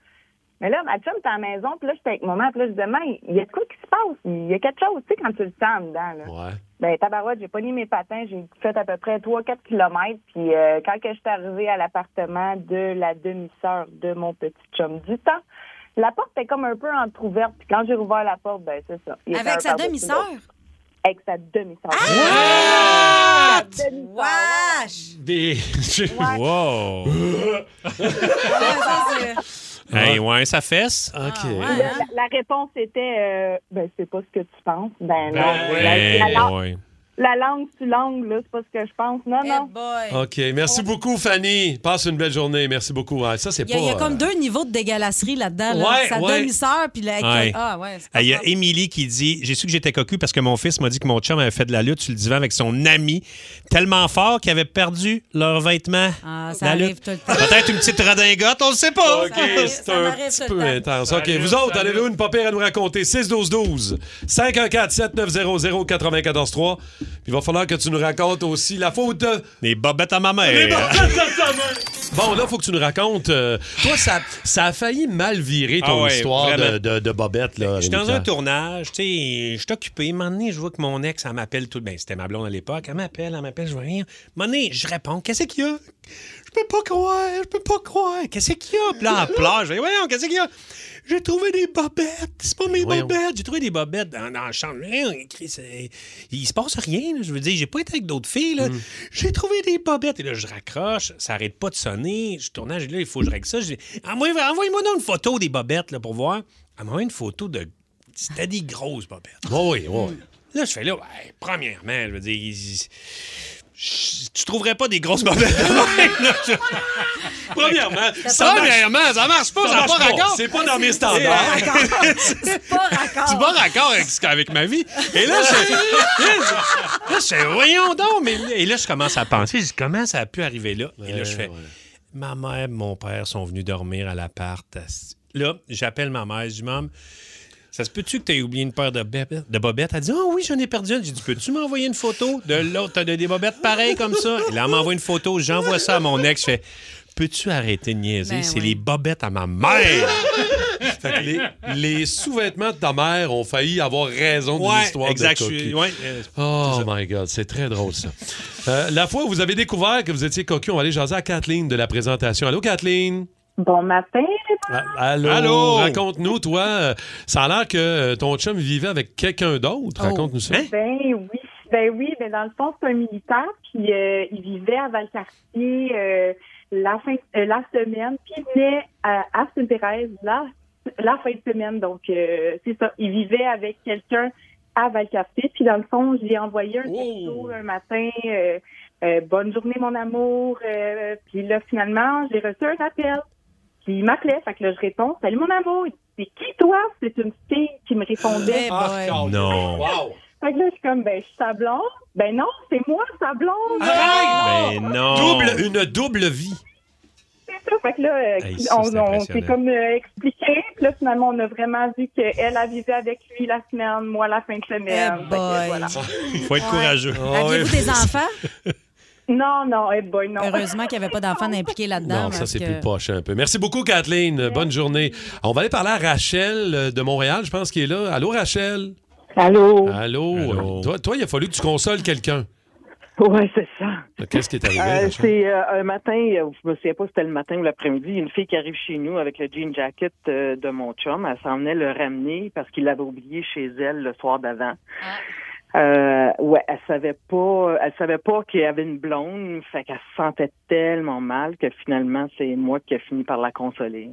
S: Mais là, ma chum était à la maison, puis là, j'étais avec maman, puis là, je disais, Mais, il y a de quoi qui se passe? Il y a quelque chose, tu sais, quand tu le sens en dedans, là.
B: Ouais.
S: Ben, tabarouette, j'ai pas mis mes patins, j'ai fait à peu près 3-4 kilomètres, puis euh, quand que je suis arrivée à l'appartement de la demi-sœur de mon petit chum du temps, la porte était comme un peu entrouverte, puis quand j'ai rouvert la porte, ben, c'est ça. Il était un
D: Avec sa
S: par-dessus
D: demi-sœur? Ah!
S: l'autre. Avec sa demi-sœur. Sa demi-sœur, ouais, ouais.
C: Des... wow!
M: Hey,
C: ouais, ça fesse.
D: Ah,
M: OK.
S: Là,
D: hein.
S: La, la réponse était euh, ben c'est pas ce que tu penses. Ben, non.
B: Ben,
S: la, la
B: hey,
S: langue-
B: boy.
S: la langue tu langue, là, c'est pas ce que je pense. Non, non.
B: OK. Merci beaucoup, Fanny. Passe une belle journée. Merci beaucoup. Ouais, ça, c'est
D: Il y, a,
B: pas.
D: il y a
B: euh,
D: comme deux niveaux de dégalasserie là-dedans. là.
C: Ouais,
D: Sa
C: ouais.
D: demi-sœur, puis la.
C: Ouais.
D: Ah, ouais. c'est
C: Ah, Il y a Émilie qui dit J'ai su que j'étais cocu parce que mon fils m'a dit que mon chum avait fait de la lutte sur le divan avec son ami, tellement fort qu'il avait perdu leurs vêtements.
D: Ah, ça
C: La
D: arrive
C: lutte.
D: tout le temps.
C: Peut-être une petite redingote, on le sait pas.
B: OK, c'est un petit peu euh, intense. OK, vous autres, avez-vous une papier à nous raconter? 6-12-12, 514-7900-943. Puis il va falloir que tu nous racontes aussi la faute de...
C: Les bobettes à ma mère.
B: Les bobettes à ta mère. Bon, là, faut que tu nous racontes... euh, toi, ça, ça a failli mal virer ton
C: Ah ouais,
B: histoire de,
C: vraiment.
B: de, de bobette, là.
C: Je suis dans
B: Rémi
C: un
B: Pierre.
C: tournage, tu sais, je suis occupé. Un moment donné, je vois que mon ex, elle m'appelle tout. Ben, c'était ma blonde à l'époque. Elle m'appelle, elle m'appelle, je vois rien. Un moment donné, je réponds Qu'est-ce qu'il y a Je peux pas croire, je peux pas croire. Qu'est-ce qu'il y a Puis là, elle pleure. Je dis Ah, Voyons, qu'est-ce qu'il y a J'ai trouvé des bobettes. C'est pas mes
M: Voyons.
C: bobettes. J'ai trouvé des bobettes dans, dans la chambre. Voyons, Chris, euh, il se passe rien. là. Je veux dire, j'ai pas été avec d'autres filles. là. J'ai trouvé des bobettes. Et là, je raccroche. Ça arrête pas de sonner. Je tourne, je dis, là, il faut que je règle ça. Je dis, Envoie- Envoyez-moi donc une photo des bobettes là, pour voir. Elle m'a envoyé une photo de. C'était des grosses bobettes.
B: Oui, oui.
C: Là, je fais là, ouais, premièrement, Eh, je veux dire, il- je- tu trouverais pas des grosses bobettes. Là, je-
B: Premièrement,
C: ça Premièrement, ça marche pas, ça n'a
B: marche
C: pas
B: pas.
C: raccord.
B: C'est pas dans mes standards.
D: C'est pas raccord.
C: C'est pas raccord avec, avec ma vie. Et là, je, là, je fais, voyons donc. Mais, et là, je commence à penser, je dis, comment ça a pu arriver là? et là, je fais, ma mère et mon père sont venus dormir à l'appart. Là, j'appelle ma mère, je dis, maman, ça se peut-tu que tu aies oublié une paire de, bébé- de bobettes? Elle dit, oh oui, j'en ai perdu une. J'ai dit, peux-tu m'envoyer une photo de l'autre? T'as des bobettes pareilles comme ça? Et là, elle m'envoie une photo, j'envoie ça à mon ex, je fais, peux-tu arrêter de niaiser?
B: Ben
C: C'est
B: oui.
C: les bobettes à ma mère!
B: Fait que les, les sous-vêtements de ta mère ont failli avoir raison de
C: Ouais,
B: l'histoire
C: exact,
B: de
C: je suis-
B: Cocu.
C: ouais, euh,
B: oh my God, c'est très drôle ça. Euh, la fois où vous avez découvert que vous étiez cocu, on va aller jaser à Kathleen de la présentation. Allô Kathleen?
S: Bon matin.
B: Ah, Allô?
C: Allô?
B: Raconte-nous, toi, euh, ça a l'air que euh, ton chum vivait avec quelqu'un d'autre. Raconte-nous ça.
C: Hein?
S: Ben oui, ben oui, ben dans le fond, c'est un militaire, puis euh, il vivait à Valcartier euh, la, fin, euh, la semaine, puis il venait à, à Sainte-Thérèse la, la fin de semaine. Donc, euh, c'est ça, il vivait avec quelqu'un à Valcartier, puis dans le fond, je lui ai envoyé un texto un matin, euh, euh, Bonne journée, mon amour Euh, Puis là, finalement, j'ai reçu un appel. Puis il m'appelait, fait que là, je réponds, « Salut, mon amour! » Il dit, « C'est qui, toi? » C'est une fille qui me
B: Ben
S: répondait.
C: Eh Ah, ben,
B: Oh.
C: non.
S: Fait que là, je suis comme, ben, je suis sa blonde. Ben non, c'est moi, sa blonde.
C: Mais Ben non.
B: Double, une double vie.
S: C'est ça. Fait que là, euh,
B: Hey, ça,
S: on-
B: c'est
S: on
B: impressionnant.
S: s'est comme euh, expliqué. Puis là, finalement, on a vraiment vu qu'elle a vivé avec lui la semaine, moi la fin de semaine. Fait que voilà.
C: Faut être courageux.
D: Aviez-vous des enfants?
S: Non, non, eh boy, non.
D: Heureusement qu'il n'y avait pas d'enfants impliqués là-dedans.
B: Non, ça,
D: parce
B: c'est
D: que-
B: plus poche un peu. Merci beaucoup, Kathleen. Bonne journée. On va aller parler à Rachel euh, de Montréal, je pense, qui est là. Allô, Rachel?
R: Allô?
B: Allô? Euh, Toi, toi, il a fallu que tu consoles quelqu'un.
R: Ouais, c'est ça.
B: Qu'est-ce qui est arrivé,
R: Euh,
B: Rachel?
R: c'est euh, un matin, euh, je me souviens pas si c'était le matin ou l'après-midi, il y a une fille qui arrive chez nous avec le jean jacket euh, de mon chum. Elle s'en venait le ramener parce qu'il l'avait oublié chez elle le soir d'avant. Euh, ouais, elle savait pas, elle savait pas qu'il y avait une blonde, fait qu'elle se sentait tellement mal que finalement c'est moi qui ai fini par la consoler.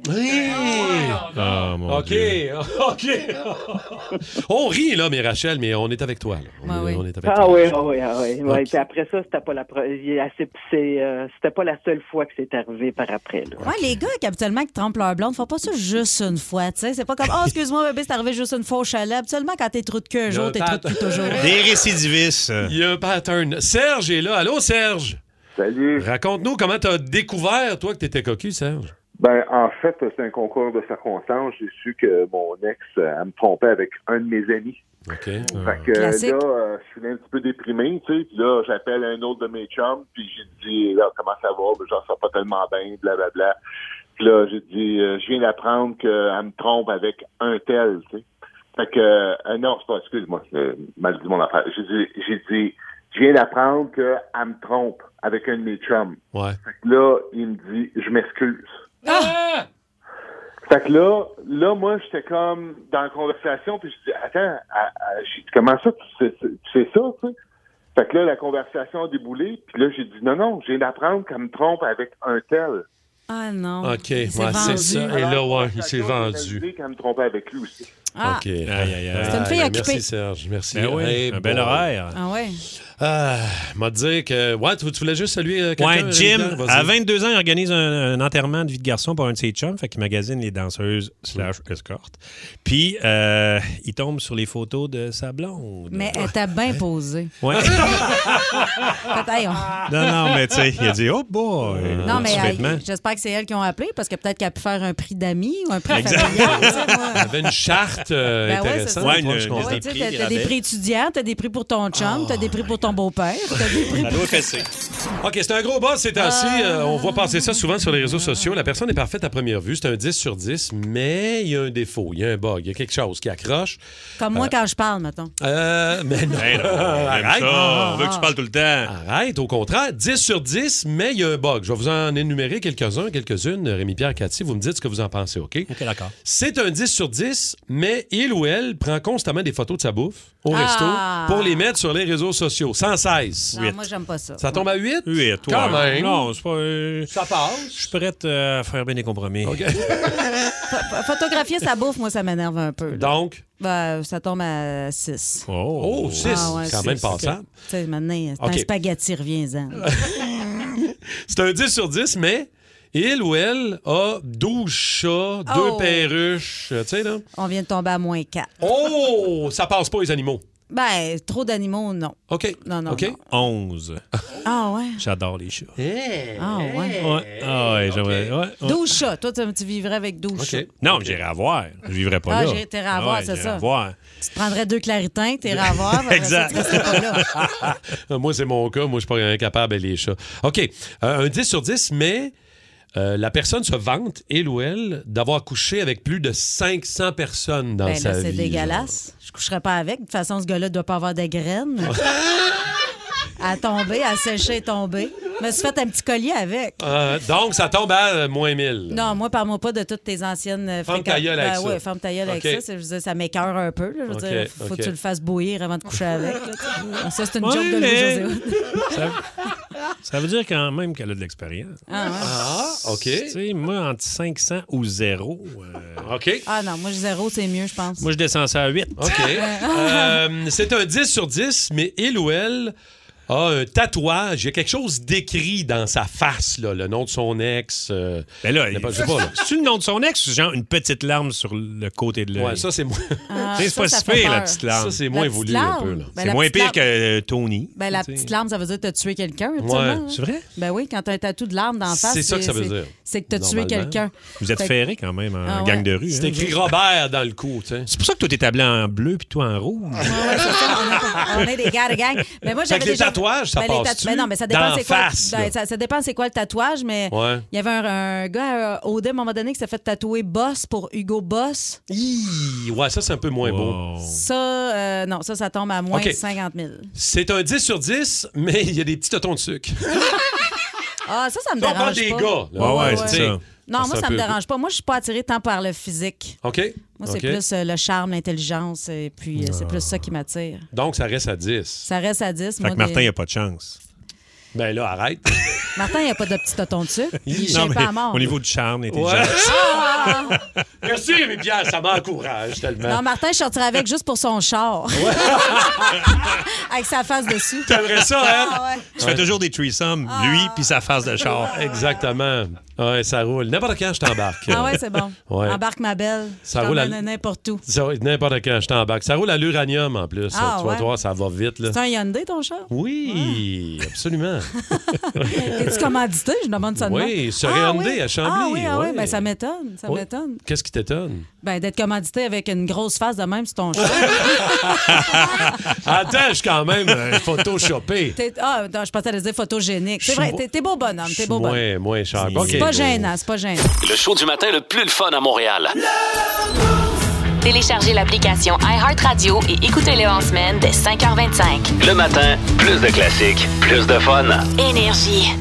C: Ah, mon
B: OK,
C: Dieu.
B: OK. on rit, là, mais Rachel, mais on est avec toi. là. On, est- on est avec
R: Ah
B: toi.
R: oui, ah oui, ah oui. Ouais,
B: Ok.
R: Puis après ça, c'était pas la pre- elle s'est- c'est, euh, c'était pas la seule fois que c'est arrivé par après. là.
D: Ouais, les gars qui habituellement qui trompent leur blonde, font pas ça juste une fois, tu sais. C'est pas comme, oh, excuse-moi, bébé, c'est arrivé juste une fois au chalet. Habituellement, quand t'es trop de queue un jour, t'es trop de cul toujours.
C: Des récidivistes.
B: Il y a un pattern. Serge est là. Allô, Serge?
T: Salut.
B: Raconte-nous comment t'as découvert, toi, que t'étais cocu, Serge.
T: Ben, en fait, c'est un concours de circonstances. J'ai su que mon ex, euh, elle me trompait avec un de mes amis.
B: OK.
D: Ah.
T: Fait que
B: Classique.
T: là, euh, je suis un petit peu déprimé, tu sais. Puis là, j'appelle un autre de mes chums, puis j'ai dit, là, comment ça va? Ben, Genre, ça va pas tellement bien, blablabla.
U: Puis là, j'ai dit, euh, je viens d'apprendre qu'elle me trompe avec un tel, tu sais. Fait que, euh, non, c'est pas, excuse-moi, j'ai mal dit mon affaire. J'ai dit, j'ai dit, je viens d'apprendre qu'elle me trompe avec un de mes chums.
B: Ouais.
U: Fait que là, il me dit, je m'excuse. Fait que là, là, moi, j'étais comme dans la conversation, puis je dis, attends, à- à- j'ai dit, comment ça, tu sais, tu sais ça, tu sais? Fait que là, la conversation a déboulé, puis là, j'ai dit, non, non, j'ai d'apprendre qu'elle me trompe avec un tel.
D: Ah non.
B: OK, ouais, c'est
D: vendu.
B: ça. Et là, ouais, il s'est vendu.
U: J'ai qu'elle me trompait avec lui aussi.
D: Ah.
B: OK. Aïe, aïe, aïe.
D: C'est une fille
B: Ben,
D: occupée.
B: Merci, Serge. Merci.
C: Ben oui,
B: Hey,
C: un bel
B: boy.
C: horaire.
D: Ah ouais.
B: Ah, m'a dit que. Ouais, tu tu voulais juste saluer euh, quelqu'un?
C: Ouais, Jim,
B: Rémi-Pierre? Vas-y.
C: à 22 ans, il organise un, un enterrement de vie de garçon pour un de ses chums, fait qu'il magasine les danseuses slash escortes. Puis, euh, il tombe sur les photos de sa blonde.
D: Mais elle t'a bien posé.
C: Ouais.
D: Fait, hey, on-
C: non, non, mais tu sais, il a dit « Oh boy!
D: Non, mais euh,
C: petit
D: elle-
C: vêtement.
D: j'espère que c'est elle qui ont appelé parce que peut-être qu'elle a pu faire un prix d'amis ou un prix
B: Exact.
D: familial. tu sais, moi.
B: Ah. Il y avait une charte euh,
D: Ben ouais, c'est ça.
B: intéressante. moi, je comprends.
D: Ouais, tu sais, t'as- T'as des prix étudiants, t'as des prix pour ton chum, t'as des prix pour ton beau-père, t'as des Ah. prix.
B: doit fesser. OK, c'est un gros boss ces temps-ci. Euh, on voit passer ça souvent sur les réseaux sociaux. La personne est parfaite à première vue. C'est un 10 sur 10, mais il y a un défaut, il y a un bug, il y a quelque chose qui accroche.
D: Comme moi
B: Euh,
D: quand je parle, mettons.
B: Euh, mais non.
C: Ben
B: Arrête.
C: ça. On veut que tu parles
B: tout le temps. Arrête, au contraire. 10 sur 10, mais il y a un bug. Je vais vous en énumérer quelques-uns, quelques-unes. Rémi-Pierre, Cathy, vous me dites ce que vous en pensez, OK? OK,
C: d'accord.
B: C'est un 10 sur 10, mais il ou elle prend constamment des photos de sa bouffe au
D: Ah.
B: resto pour les mettre sur les réseaux sociaux. 116.
D: Non, Ah, moi, j'aime pas ça.
B: Ça tombe à 8?
C: 8, ouais.
B: Quand même.
C: Non, c'est pas... ça passe. Euh, Je suis prête euh, à faire bien des compromis.
D: Ph- Photographier sa bouffe, moi, ça m'énerve un peu. là.
B: Donc?
D: Ben, ça tombe à Ah, 6.
B: Oh, oh, six. Quand même passable.
D: Tu sais, maintenant, c'est
B: OK.
D: un spaghetti, reviens-en.
B: C'est un 10 sur 10, mais il ou elle a 12 chats,
D: Oh.
B: 2 perruches. euh, Tu sais, là.
D: On vient de tomber à moins 4.
B: Oh, ça passe pas, les animaux.
D: Ben, trop d'animaux, non.
B: OK.
D: Non, non.
C: OK?
D: non.
C: 11.
D: Ah ouais.
C: J'adore les chats.
D: Ah ouais.
C: Ouais. Ah ouais, j'aimerais... ouais, ouais.
D: 12 chats. Toi, tu tu vivrais avec 12 chats.
C: Non, mais j'irai à voir. Je vivrais pas
D: Ah,
C: là.
D: j'irai- t'irais à voir,
C: ouais,
D: c'est
C: j'irai
D: ça.
C: à voir.
D: Tu te prendrais deux claritins, t'irais à voir. après ça,
B: Exact.
D: tu resterais pas là.
B: Ah, Moi, c'est mon cas. Moi, je suis pas incapable avec les chats. OK. Euh, un 10 sur 10, mais euh, la personne se vante, il ou elle, d'avoir couché avec plus de 500 personnes dans
D: Ben
B: sa
D: là, c'est
B: vie.
D: dégueulasse. Je coucherais pas avec. De toute façon, ce gars-là doit pas avoir de graines. à tomber, à sécher et tomber. Je me suis fait un petit collier avec.
B: Euh, donc, ça tombe à euh, moins 1000.
D: Non, moi, parle-moi pas de toutes tes anciennes euh,
B: Ferme
D: fréquences.
B: ta gueule avec
D: Ben
B: ça.
D: ouais, ferme ta gueule avec
B: OK.
D: ça. C'est- Je veux dire, ça m'écœure un peu. là. Je veux
B: OK,
D: dire, faut
B: OK.
D: que tu le fasses bouillir avant de coucher avec. là, tu sais. Ah, Ça, c'est une
C: Ouais,
D: joke de
C: mais-
D: Louis-José. Hood.
C: Ça, ça veut dire quand même qu'elle a de l'expérience.
D: Ah, ouais.
B: Ah, OK.
C: Tu sais, moi, entre 500 ou 0.
B: OK.
D: Ah non, moi, zéro, c'est mieux, je pense.
C: Moi, je descends ça à 8.
B: OK. Euh, c'est un 10 sur 10, mais il ou elle a un tatouage. Il y a quelque chose d'écrit dans sa face, là, le nom de son ex. euh, je sais pas, là.
C: C'est le nom de son ex, genre une petite larme sur le côté de l'œil.
B: Ouais, ça, c'est moins.
D: Ah,
C: Tu sais, c'est
D: ça,
C: pas
D: ça
C: si
D: fait
C: pire, la
D: peur.
C: petite larme.
B: Ça, c'est moins
D: La petite évolué un larme. peu, là. Ben,
C: c'est
D: la
C: moins
D: petite
C: pire
D: larme.
C: que euh, Tony.
D: Ben, la
C: tu sais.
D: petite larme, ça veut dire que tu as tué quelqu'un. habituellement,
C: c'est vrai?
D: Ben oui, quand tu as un tatou de larme d'en face,
C: C'est ça que ça veut dire,
D: C'est que tu as tué
C: normalement.
D: quelqu'un.
C: Vous êtes
D: Fait que-
C: ferré quand même en
D: Ah ouais.
C: gang de rue.
B: C'est écrit Robert dans le cou, tu sais.
C: C'est pour ça que toi, t'es tablé en bleu puis toi en rouge.
D: Ah On est des gars de gang. Mais moi,
C: Fait
D: j'avais
C: que les
D: déjà-
C: tatouages, ça
D: Ben, les
C: passe-tu?
D: tatouages- ben non, mais ça
C: Dans
D: dépend c'est quoi.
C: face,
D: ben,
C: là.
D: ça, ça dépend c'est quoi le tatouage, mais il
C: Ouais.
D: y avait un, un gars à Audet, à un moment donné, qui s'est fait tatouer Boss pour Hugo Boss.
B: Hi, Ouais, ça, c'est un peu moins beau.
D: Ça, euh, non, ça, ça tombe à moins
B: OK.
D: 50 000.
B: C'est un 10 sur 10, mais il y a des petits totons de sucre.
D: Ah, ça, ça me
B: Ça, on
D: dérange
B: parle
D: pas.
B: des gars, là.
C: Ouais, ouais, c'est
B: Tu sais,
C: ça.
D: Non,
B: c'est
D: moi,
B: un
D: ça
B: peu-
D: me dérange pas. Moi, je suis pas attirée tant par le physique.
B: OK.
D: Moi, c'est
B: OK.
D: plus euh, le charme, l'intelligence, et puis
C: Ah.
D: euh, c'est plus ça qui m'attire.
B: Donc, ça reste à 10.
D: Ça reste à 10.
C: Fait
D: moi,
C: que
D: des-
C: Martin, il a pas de chance.
B: Ben là, arrête.
D: Martin, il n'y a pas de petit toton de sucre. Il
C: Non,
D: ne
C: mais
D: pas à mort. Ah,
C: Au niveau du charme, l'intelligence.
B: Ouais. Merci, Rémi Pierre, ça m'encourage tellement.
D: Non, Martin, je sortirais avec juste pour son char. avec sa face dessus.
B: T'aimerais ça, hein?
D: Ah, ouais. Ah,
C: Tu fais toujours des threesomes, lui puis sa face de char.
B: Exactement. Ah, Ouais, ça roule. N'importe quand, je t'embarque.
D: Ah ouais, c'est bon.
B: Ouais.
D: Embarque ma belle.
B: Ça
D: Je
B: roule à-
D: t'emmène n'importe où.
B: Ça, n'importe quand, je t'embarque. Ça roule à l'uranium en plus.
D: Ah,
B: tu vas
D: ouais.
B: voir, ça va vite. Là.
D: C'est un Hyundai, ton char?
B: Oui, absolument.
D: Es-tu commandité? Je demande ça de
B: Euh, Oui,
D: même.
B: sur
D: Ah
B: Hyundai
D: oui.
B: à Chambly,
D: Ah oui, ah oui,
B: ouais.
D: ben, ça m'étonne. Ça
B: Ouais.
D: m'étonne.
B: Qu'est-ce qui t'étonne?
D: Ben, d'être commandité avec une grosse face de même, c'est ton choix.
B: Attends, je suis quand même euh, photoshopé.
D: T'es- ah, non, je pensais à dire photogénique. C'est
B: Je
D: vrai,
B: suis
D: t'es, t'es beau bonhomme, t'es beau bonhomme.
B: Moins, moins cher.
D: C'est
B: Ok.
D: pas gênant, c'est pas gênant.
A: Le show du matin le plus le fun à Montréal.
H: Téléchargez l'application iHeartRadio et écoutez-le en semaine dès 5h25.
A: Le matin, plus de classiques, plus de fun.
H: Énergie.